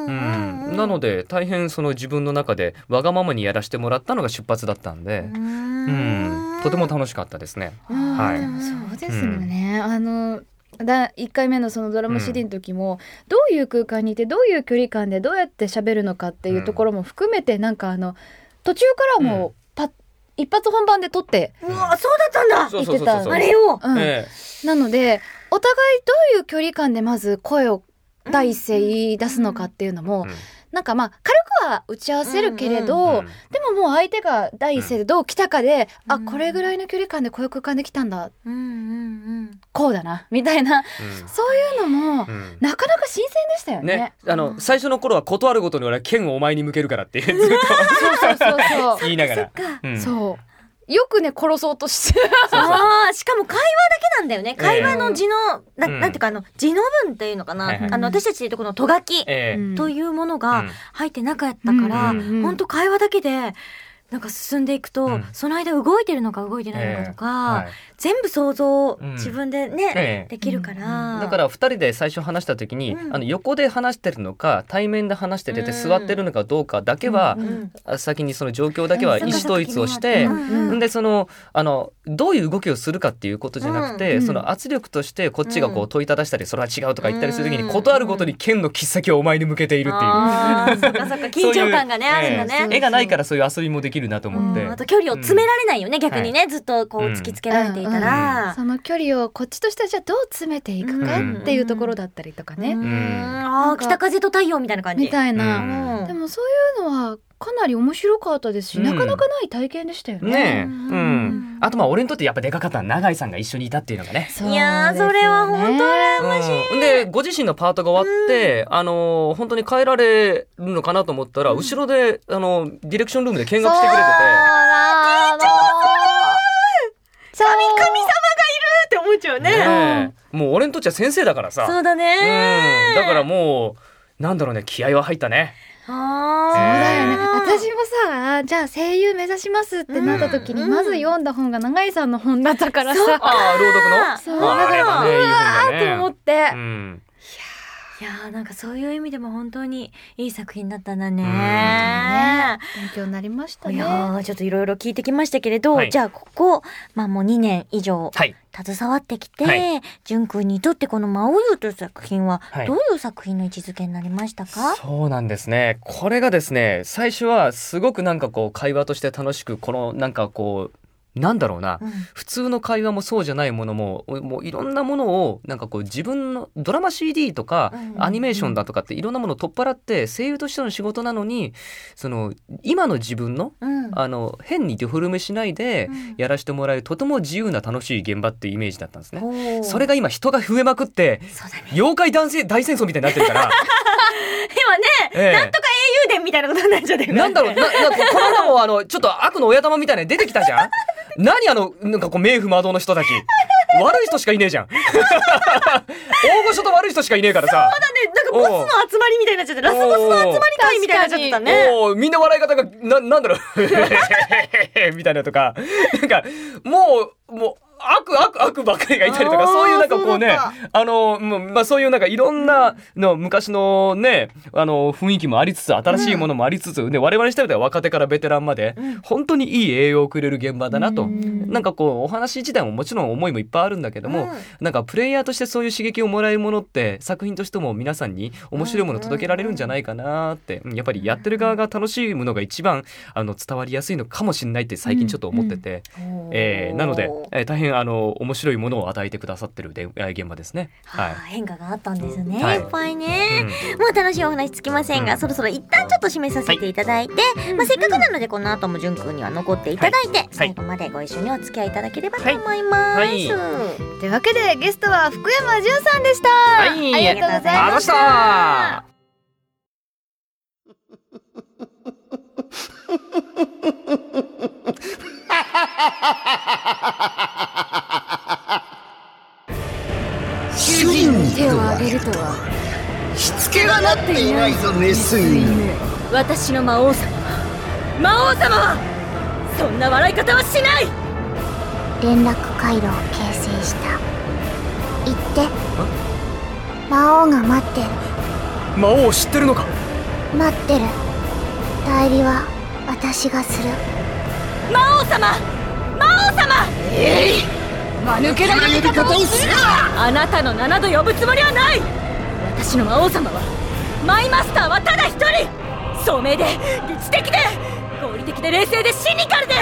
Speaker 7: んなので大変その自分の中でわがままにやらせてもらったのが出発だったんで、うん、とても楽しかったですね。はい
Speaker 2: うんそうですよね、あのだ1回目のそのドラマ CD の時も、どういう空間にいてどういう距離感でどうやって喋るのかっていうところも含めてなんかあの途中から
Speaker 7: う
Speaker 2: もパッ一発本番で撮って、
Speaker 1: うわそうだったんだ
Speaker 7: そうそうそうそう
Speaker 1: あれを
Speaker 2: うん
Speaker 7: え
Speaker 2: なのでお互いどういう距離感でまず声を第一声言い出すのかっていうのも、
Speaker 7: うん
Speaker 2: なんかまあ軽くは打ち合わせるけれど、
Speaker 7: え
Speaker 2: でももう相手が第一声でどう来たかで、
Speaker 1: うん
Speaker 2: あこれぐらいの距離感でこういう空間で来たんだ
Speaker 1: うんうん
Speaker 2: こうだなみたいなそういうのも、
Speaker 7: うんうん
Speaker 2: なかなか新鮮でしたよね。
Speaker 7: ね、あの最初の頃は断るごとに俺は剣をお前に向けるからってずっ
Speaker 2: そうそうそうそ
Speaker 7: と言いながら、う
Speaker 2: う。
Speaker 7: ん
Speaker 2: そう。よくね殺そうとして
Speaker 1: ああしかも会話だけなんだよね会話の字の、な
Speaker 7: うん
Speaker 1: なんていうかあの字の文っていうのかな、
Speaker 7: はいはい
Speaker 1: あの私たちでいうとこのとがき
Speaker 7: ええ
Speaker 2: うん
Speaker 1: というもの
Speaker 7: う
Speaker 1: が
Speaker 7: ん
Speaker 1: 入ってなかったから、
Speaker 7: うん
Speaker 2: うん
Speaker 1: 本当会話だけでなんか進んでいくと、
Speaker 7: うん
Speaker 1: その間動いてるのか動いてないのかとか、
Speaker 7: はい
Speaker 1: 全部想像
Speaker 7: うん
Speaker 1: 自分でね、
Speaker 7: ええ
Speaker 1: できるから、
Speaker 7: だから2人で最初話した時に、
Speaker 1: うん
Speaker 7: あの横で話してるのか対面で話してて
Speaker 1: うん
Speaker 7: 座ってるのかどうかだけは
Speaker 1: う、ん、
Speaker 7: あ先にその状況だけは意
Speaker 1: うん
Speaker 7: 思統一をして、
Speaker 1: うんうん
Speaker 7: んでそのあのどういう動きをするかっていうことじゃなくて、
Speaker 2: うん
Speaker 7: その圧力としてこっちがこ
Speaker 1: う
Speaker 7: うん問いただしたり、それは違うとか言ったりする時に、
Speaker 1: うん
Speaker 7: 断るごとに剣の切っ先をお前に向けているっていう。
Speaker 1: あーそっか そっか緊張感がね
Speaker 7: そう
Speaker 1: あ
Speaker 7: いう
Speaker 1: るんだ
Speaker 2: ええ
Speaker 1: ね。
Speaker 7: 絵がないからそういう遊びもできるなと思って、
Speaker 1: うんあと距離を詰められないよね、逆にね、ずっとこう
Speaker 7: うん
Speaker 1: 突きつけられていたら、
Speaker 2: その距離をこっちとしてはじゃあどう詰めていくか
Speaker 7: うん
Speaker 2: っていうところだったりとか
Speaker 1: ね、
Speaker 2: ね、
Speaker 7: ん
Speaker 1: あー北風と太陽みたいな感じ
Speaker 2: みたいうな、
Speaker 7: ん
Speaker 2: でもそういうのはかなり面白かったですし、
Speaker 7: うん
Speaker 2: なかなかない体験でしたよね。
Speaker 7: ねえ、うん、あとまあ俺にとってやっぱでかかったのは永井さんが一緒にいたっていうのがね。
Speaker 2: そうですよね
Speaker 1: いやーそれは本当羨
Speaker 7: うん、でご自身のパートが終わって、あのー本当に帰られるのかなと思ったら、後ろであのーディレクションルームで見学してくれてて
Speaker 2: あらー
Speaker 1: っ
Speaker 2: そう
Speaker 1: て思っちゃうね
Speaker 7: ねえもう俺にとっちゃ先生だからさ
Speaker 1: そうだね
Speaker 7: うん、だからもうなんだろうね気合は入ったね。
Speaker 2: そうだよね
Speaker 1: あー
Speaker 2: 私もさじゃあ声優目指しますってなった時に、
Speaker 1: うん
Speaker 2: まず読んだ本が永井さんの本だったからさ
Speaker 7: ああ朗読の。
Speaker 2: そう
Speaker 7: あれはねいい
Speaker 2: あーって思
Speaker 7: 本だ
Speaker 2: っ
Speaker 7: ね。
Speaker 2: て
Speaker 7: う、ん
Speaker 1: いやーなんかそういう意味でも本当にいい作品だったんだね。
Speaker 7: うん
Speaker 2: ね勉強になりました
Speaker 1: い
Speaker 2: ね。
Speaker 1: やーちょっといろいろ聞いてきましたけれど、
Speaker 7: はい
Speaker 1: じゃあここ、まあもう2年以上
Speaker 7: はい。
Speaker 1: 携わってきて、
Speaker 7: は
Speaker 1: 淳君にとってこの魔王優という作品は
Speaker 7: はい
Speaker 1: どういう作品の位置づけになりましたか、
Speaker 7: そうなんですね。これがですね、最初はすごくなんかこう会話として楽しく、このなんかこう、なんだろうな、
Speaker 1: うん
Speaker 7: 普通の会話もそうじゃないものも、おもういろんなものを、なんかこう自分のドラマ CD とか
Speaker 1: うん
Speaker 7: アニメーションだとかっていろんなものを取っ払って、声優としての仕事なのに、その今の自分の、
Speaker 1: うん
Speaker 7: あの、変にデフォルメしないで
Speaker 1: うん
Speaker 7: やらせてもらえる、とても自由な楽しい現場っていうイメージだったんですね。
Speaker 1: おー
Speaker 7: それが今人が増えまくって、
Speaker 1: そうだね。
Speaker 7: 妖怪男性大戦争みたいになって るから、
Speaker 1: 今ね、
Speaker 7: ええ
Speaker 1: なんとか英雄伝みたいなことになっちゃってるから
Speaker 7: なんだろう、な、なこの間もあの、ちょっと悪の親玉みたいなの出てきたじ ゃん何あの、なんかこう、名不魔道の人たち。悪い人しかいねえじゃん。 大御所と悪い人しかいねえからさ。
Speaker 1: でなんかボスの集まりみたいになっちゃって、ラスボスの集まり会みたいになっちゃってたね。
Speaker 7: もう、みんな笑い方が、な、なんだろう、み たいなとか、なんか、もう、もう、悪悪悪ばっかりがいたりと
Speaker 1: あ
Speaker 7: か、
Speaker 1: ー
Speaker 7: そういうなんかこうね
Speaker 1: そうだ、
Speaker 7: あの、もうまあそういうなんかいろんなの、昔のね、あの、雰囲気もありつつ、新しいものもありつつ、ね、我々にしてみたら若手からベテランまで、本当にいい栄養をくれる現場だなと。なんかこう、お話自体ももちろん思いもいっぱいあるんだけども、なんかプレイヤーとしてそういう刺激をもらえるものって作品としても皆さんに面白いもの届けられるんじゃないかなって、うんやっぱりやってる側が楽しいものが一番あの伝わりやすいのかもしれないって最近ちょっと思ってて、えーなので、えー大変然あの面白いものを与えてくださってるでえー現場ですね。は
Speaker 1: はいあ、。変化があったんですね、
Speaker 7: はい
Speaker 1: い、っぱいね、もう楽しいお話つきませんが、
Speaker 7: うん
Speaker 1: そろそろ一旦ちょっと締めさせていただいて、まあ、せっかくなのでこの後もじゅんくんには残っていただいて、最後までご一緒にお付き合いいただければと思います、
Speaker 7: はい
Speaker 2: というわけでゲストは福山潤さんでした、
Speaker 7: はい
Speaker 2: ありがとうござい
Speaker 7: あ
Speaker 2: ま
Speaker 7: ざ
Speaker 2: し
Speaker 7: したた。
Speaker 6: 主人に手をあげるとはしつけがなっていないぞメス犬
Speaker 1: 私の魔王様は魔王様はそんな笑い方はしない
Speaker 8: 連絡回路を形成した行って魔王が待ってる
Speaker 5: 魔王を知ってるのか
Speaker 8: 待ってる代理は私がする
Speaker 1: 魔王様魔王様
Speaker 3: 間抜けなやり方をするな
Speaker 1: あなたの七度呼ぶつもりはない私の魔王様はマイマスターはただ一人聡明で理知的で合理的で冷静でシニカルで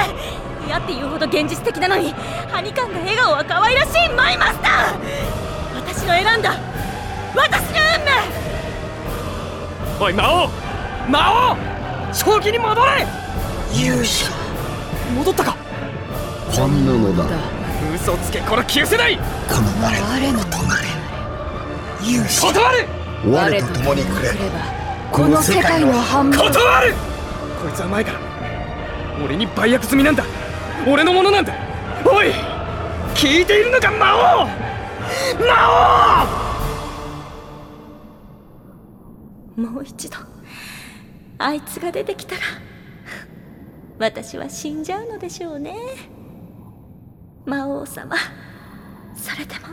Speaker 1: 嫌って言うほど現実的なのにはにかんだ笑顔は可愛らしいマイマスター私の選んだ私の運命
Speaker 5: おい魔王魔王正気に戻れ
Speaker 6: 勇者
Speaker 5: 戻ったか
Speaker 6: 本物だ
Speaker 5: 嘘つけこの旧世代
Speaker 6: この我のもとなれ勇者
Speaker 5: 断る
Speaker 6: 我と共にくれこの世界の半分
Speaker 5: 断るこいつは前から俺に売約済みなんだ俺のものなんだおい聞いているのか魔王魔王
Speaker 1: もう一度あいつが出てきたら私は死んじゃうのでしょうね魔王様それでも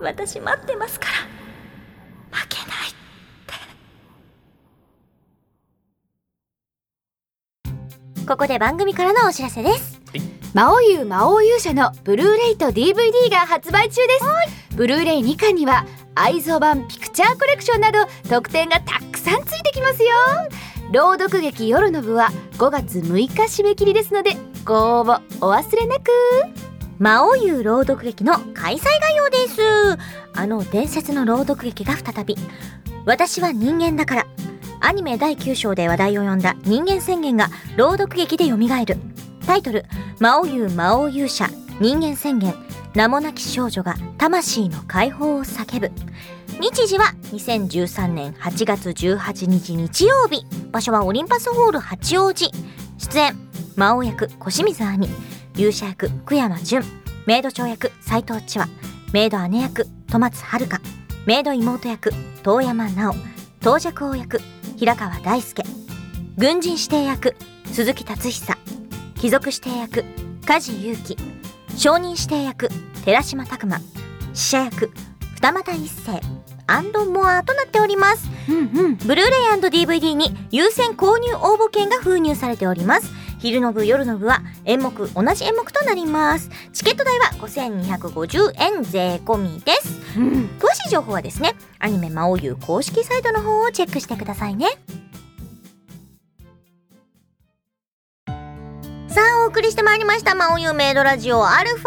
Speaker 1: 私待ってますから負けないってここで番組からのお知らせです
Speaker 9: 魔王優魔王勇者のブルーレイと DVD が発売中ですブルーレイ2巻には愛蔵版ピクチャーコレクションなど特典がたくさんついてきますよ朗読劇夜の部は5月6日締め切りですのでご応募お忘れなく
Speaker 1: 魔王優朗読劇の開催概要ですあの伝説の朗読劇が再び私は人間だからアニメ第9章で話題を呼んだ人間宣言が朗読劇で蘇るタイトル魔王優魔王勇者人間宣言名もなき少女が魂の解放を叫ぶ日時は2013年8月18日日曜日場所はオリンパスホール八王子出演魔王役小清水兄勇者役久山純メイド長役斎藤千和メイド姉役戸松遥香メイド妹役遠山奈緒到着王役平川大輔軍人指定役鈴木達久貴族指定役梶裕貴証人指定役寺島拓磨死者役二俣一世アンドモアとなっておりますブルーレイ &DVD に優先購入応募券が封入されております昼の部夜の部は演目同じ演目となりますチケット代は5250円税込みです、詳しい情報はですねアニメ魔王優公式サイトの方をチェックしてくださいねさあお送りしてまいりました魔王優メイドラジオアルファ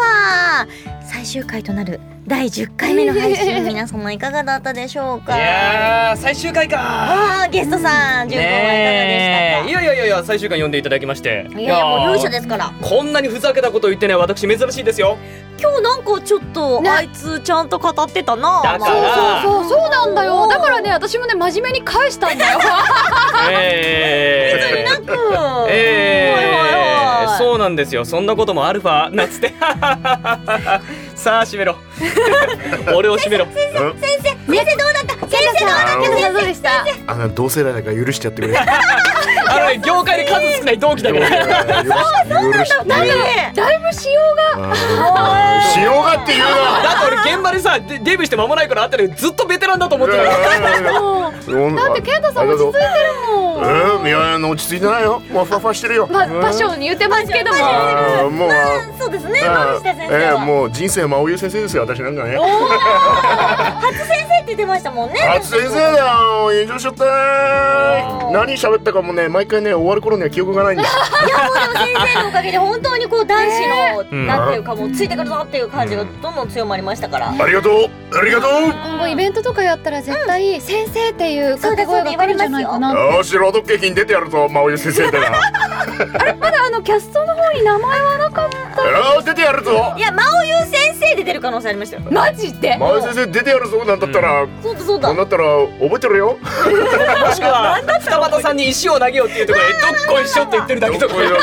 Speaker 1: 最終回となる第10回目の配信皆様いかがだったでしょう
Speaker 7: い
Speaker 1: か
Speaker 7: やー最終回か
Speaker 1: あーゲストさん、
Speaker 7: ー
Speaker 1: ジュン君はいかがでし
Speaker 7: いやいやいやいや最終回読んでいただきまして
Speaker 1: たか。いやいやもう
Speaker 7: ー
Speaker 1: 勇者ですから。
Speaker 7: こんなにふざけたこと言ってね私珍しいですよ
Speaker 1: 今日なんかちょっと、
Speaker 2: ね
Speaker 1: あいつちゃんと語ってたな。
Speaker 7: だか
Speaker 1: まあ
Speaker 7: ら
Speaker 2: そうそうなんだ
Speaker 1: お
Speaker 2: よ
Speaker 1: ー
Speaker 2: だからね私もね真面目に返したんだよ
Speaker 7: えー
Speaker 1: そうなんか
Speaker 7: えー
Speaker 1: はいはいはい
Speaker 7: そうなんですよそんなこともアルファなんつって さあ閉めろ俺を閉めろ
Speaker 1: 先生どうだった？先生どうだっ
Speaker 2: どう
Speaker 6: あの
Speaker 2: でした
Speaker 6: あの同世代だから許してや ってくれ許
Speaker 7: あのね業界で数少ない同期だから
Speaker 6: してくれ
Speaker 2: だいぶ仕様が
Speaker 6: あーしようがって言うな
Speaker 7: だって俺現場でさデデビューして間もないからあったのにずっとベテランだと思ってたよ
Speaker 6: だ
Speaker 2: だってケンタさん落ち着いてるもん
Speaker 6: うんいや落ち着いてないよもうふわふわしてるよ
Speaker 2: まあパッションに言ってますけども
Speaker 6: あーもうあ
Speaker 1: た？そうですね。
Speaker 6: ー
Speaker 1: 森下先生
Speaker 6: えー
Speaker 1: は。
Speaker 6: もう人生真央優先生ですよ私なんかね
Speaker 1: 初先生ってって出ましたもんね
Speaker 6: あ先生だよ炎上しちゃったー何喋ったかもね毎回ね終わる頃には記憶がないんだよ
Speaker 1: 先生のおかげで本当にこう男子の
Speaker 7: ね
Speaker 1: なんていうかもうついてくるぞっていう感じがどんどん強まりましたから
Speaker 6: ありがとうありがとう
Speaker 2: 今後イベントとかやったら絶対先生っていう掛け声が来るんじゃないかなって
Speaker 6: よーし朗読劇に出てやるぞ真央先生 だな
Speaker 2: あのキャストの方に名前はなかっ
Speaker 6: よーし出てやるぞ
Speaker 1: いや真央優先生で出る可能性ありましたよ
Speaker 2: たマジで
Speaker 6: 真央先生出てやるぞなんだったら、
Speaker 1: そうだそう
Speaker 6: こう
Speaker 1: だ
Speaker 6: なったら覚えてるよ
Speaker 4: もしくは二俣さんに石を投げようっていうところでどっこいしょって言ってるだけ
Speaker 6: ど
Speaker 4: と
Speaker 6: っこいしょ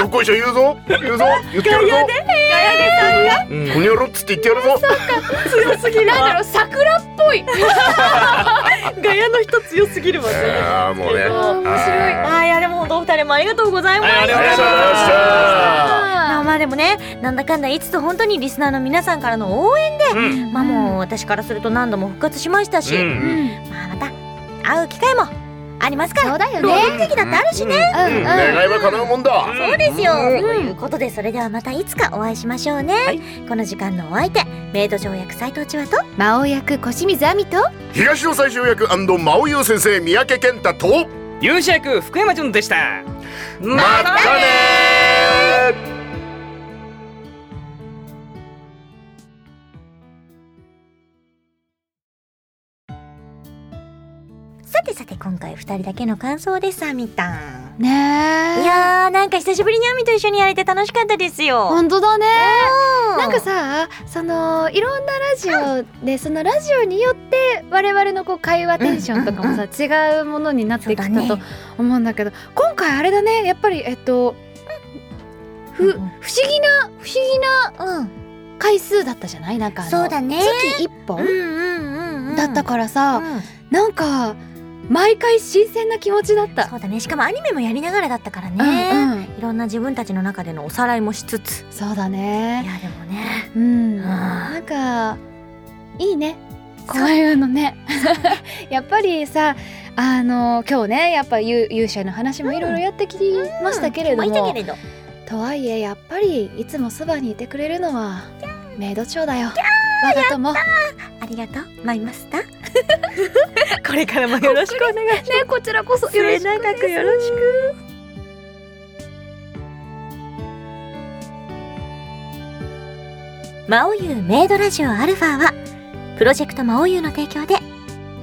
Speaker 6: どっこいしょ言うぞ言うぞ言ってやるぞうんこにやろっつって言ってやるぞ
Speaker 1: 強すぎる
Speaker 2: なんだろう桜っぽい
Speaker 1: ガヤの人強すぎるわね
Speaker 6: ああもう
Speaker 2: 面白
Speaker 6: ね
Speaker 2: い
Speaker 6: は
Speaker 1: あーいやでも本当お二人もありがとうございま
Speaker 4: はいあ
Speaker 1: し
Speaker 4: り
Speaker 1: た
Speaker 4: がとうございました
Speaker 1: まあまあでもねなんだかんだいつと本当にリスナーの皆さんからの応援で、
Speaker 4: うん
Speaker 1: まあもう私からすると何度も復活しましたし、
Speaker 4: うん
Speaker 1: まあまた会う機会もありますから
Speaker 2: そうだよね
Speaker 1: 朗読劇だってあるしね、
Speaker 6: うん願いは叶うもんだ
Speaker 1: そうですよ、ということでそれではまたいつかお会いしましょうね、この時間のお相手メイド条約斎藤千和と
Speaker 9: 魔王役小清水亜美と
Speaker 6: 東の最終役真央優先生三宅健太と
Speaker 4: 勇者役福山潤でした
Speaker 6: またねー
Speaker 1: さてさて今回二人だけの感想ですアミタンい
Speaker 2: ねえ
Speaker 1: やーなんか久しぶりにアミと一緒にやれて楽しかったですよ
Speaker 2: 本当だね
Speaker 1: な
Speaker 2: なんかさそのいろんなラジオでそのラジオによって我々のこう会話テンションとかもさ違うものになってきた
Speaker 1: そうだ
Speaker 2: と
Speaker 1: ね
Speaker 2: 思うんだけど今回あれだねやっぱりえっとふ不
Speaker 1: うん
Speaker 2: 思議な不思議な
Speaker 1: うん
Speaker 2: 回数だったじゃないなんかあの
Speaker 1: そうだね
Speaker 2: 月一
Speaker 1: うん
Speaker 2: 本
Speaker 1: うんうんうん
Speaker 2: だったからさ
Speaker 1: うん
Speaker 2: なんか毎回新鮮な気持ちだった。
Speaker 1: そうだねしかもアニメもやりながらだったから
Speaker 2: う
Speaker 1: ね、
Speaker 2: んうん、
Speaker 1: いろんな自分たちの中でのおさらいもしつつ
Speaker 2: そうだ
Speaker 1: い
Speaker 2: ね。
Speaker 1: やでもね
Speaker 2: う
Speaker 1: ん
Speaker 2: ん、なんかいいね。こういうのね。やっぱりさ、あの今日ね、やっぱゆ勇者の話もいろいろやってきましたけれど
Speaker 1: うんまあい
Speaker 2: も
Speaker 1: たけ、れど
Speaker 2: とはいえやっぱりいつもそばにいてくれるのはメイド長だよ。我が友。ね、
Speaker 1: ありがとうマイマスター これからもよろしくお願いします
Speaker 2: こちらこそよろしく
Speaker 1: 末永くよろしく魔王優メイドラジオアルファはプロジェクト魔王優の提供で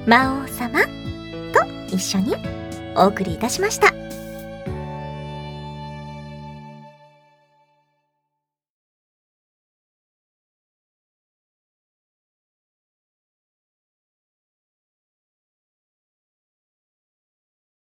Speaker 1: 魔王様と一緒にお送りいたしました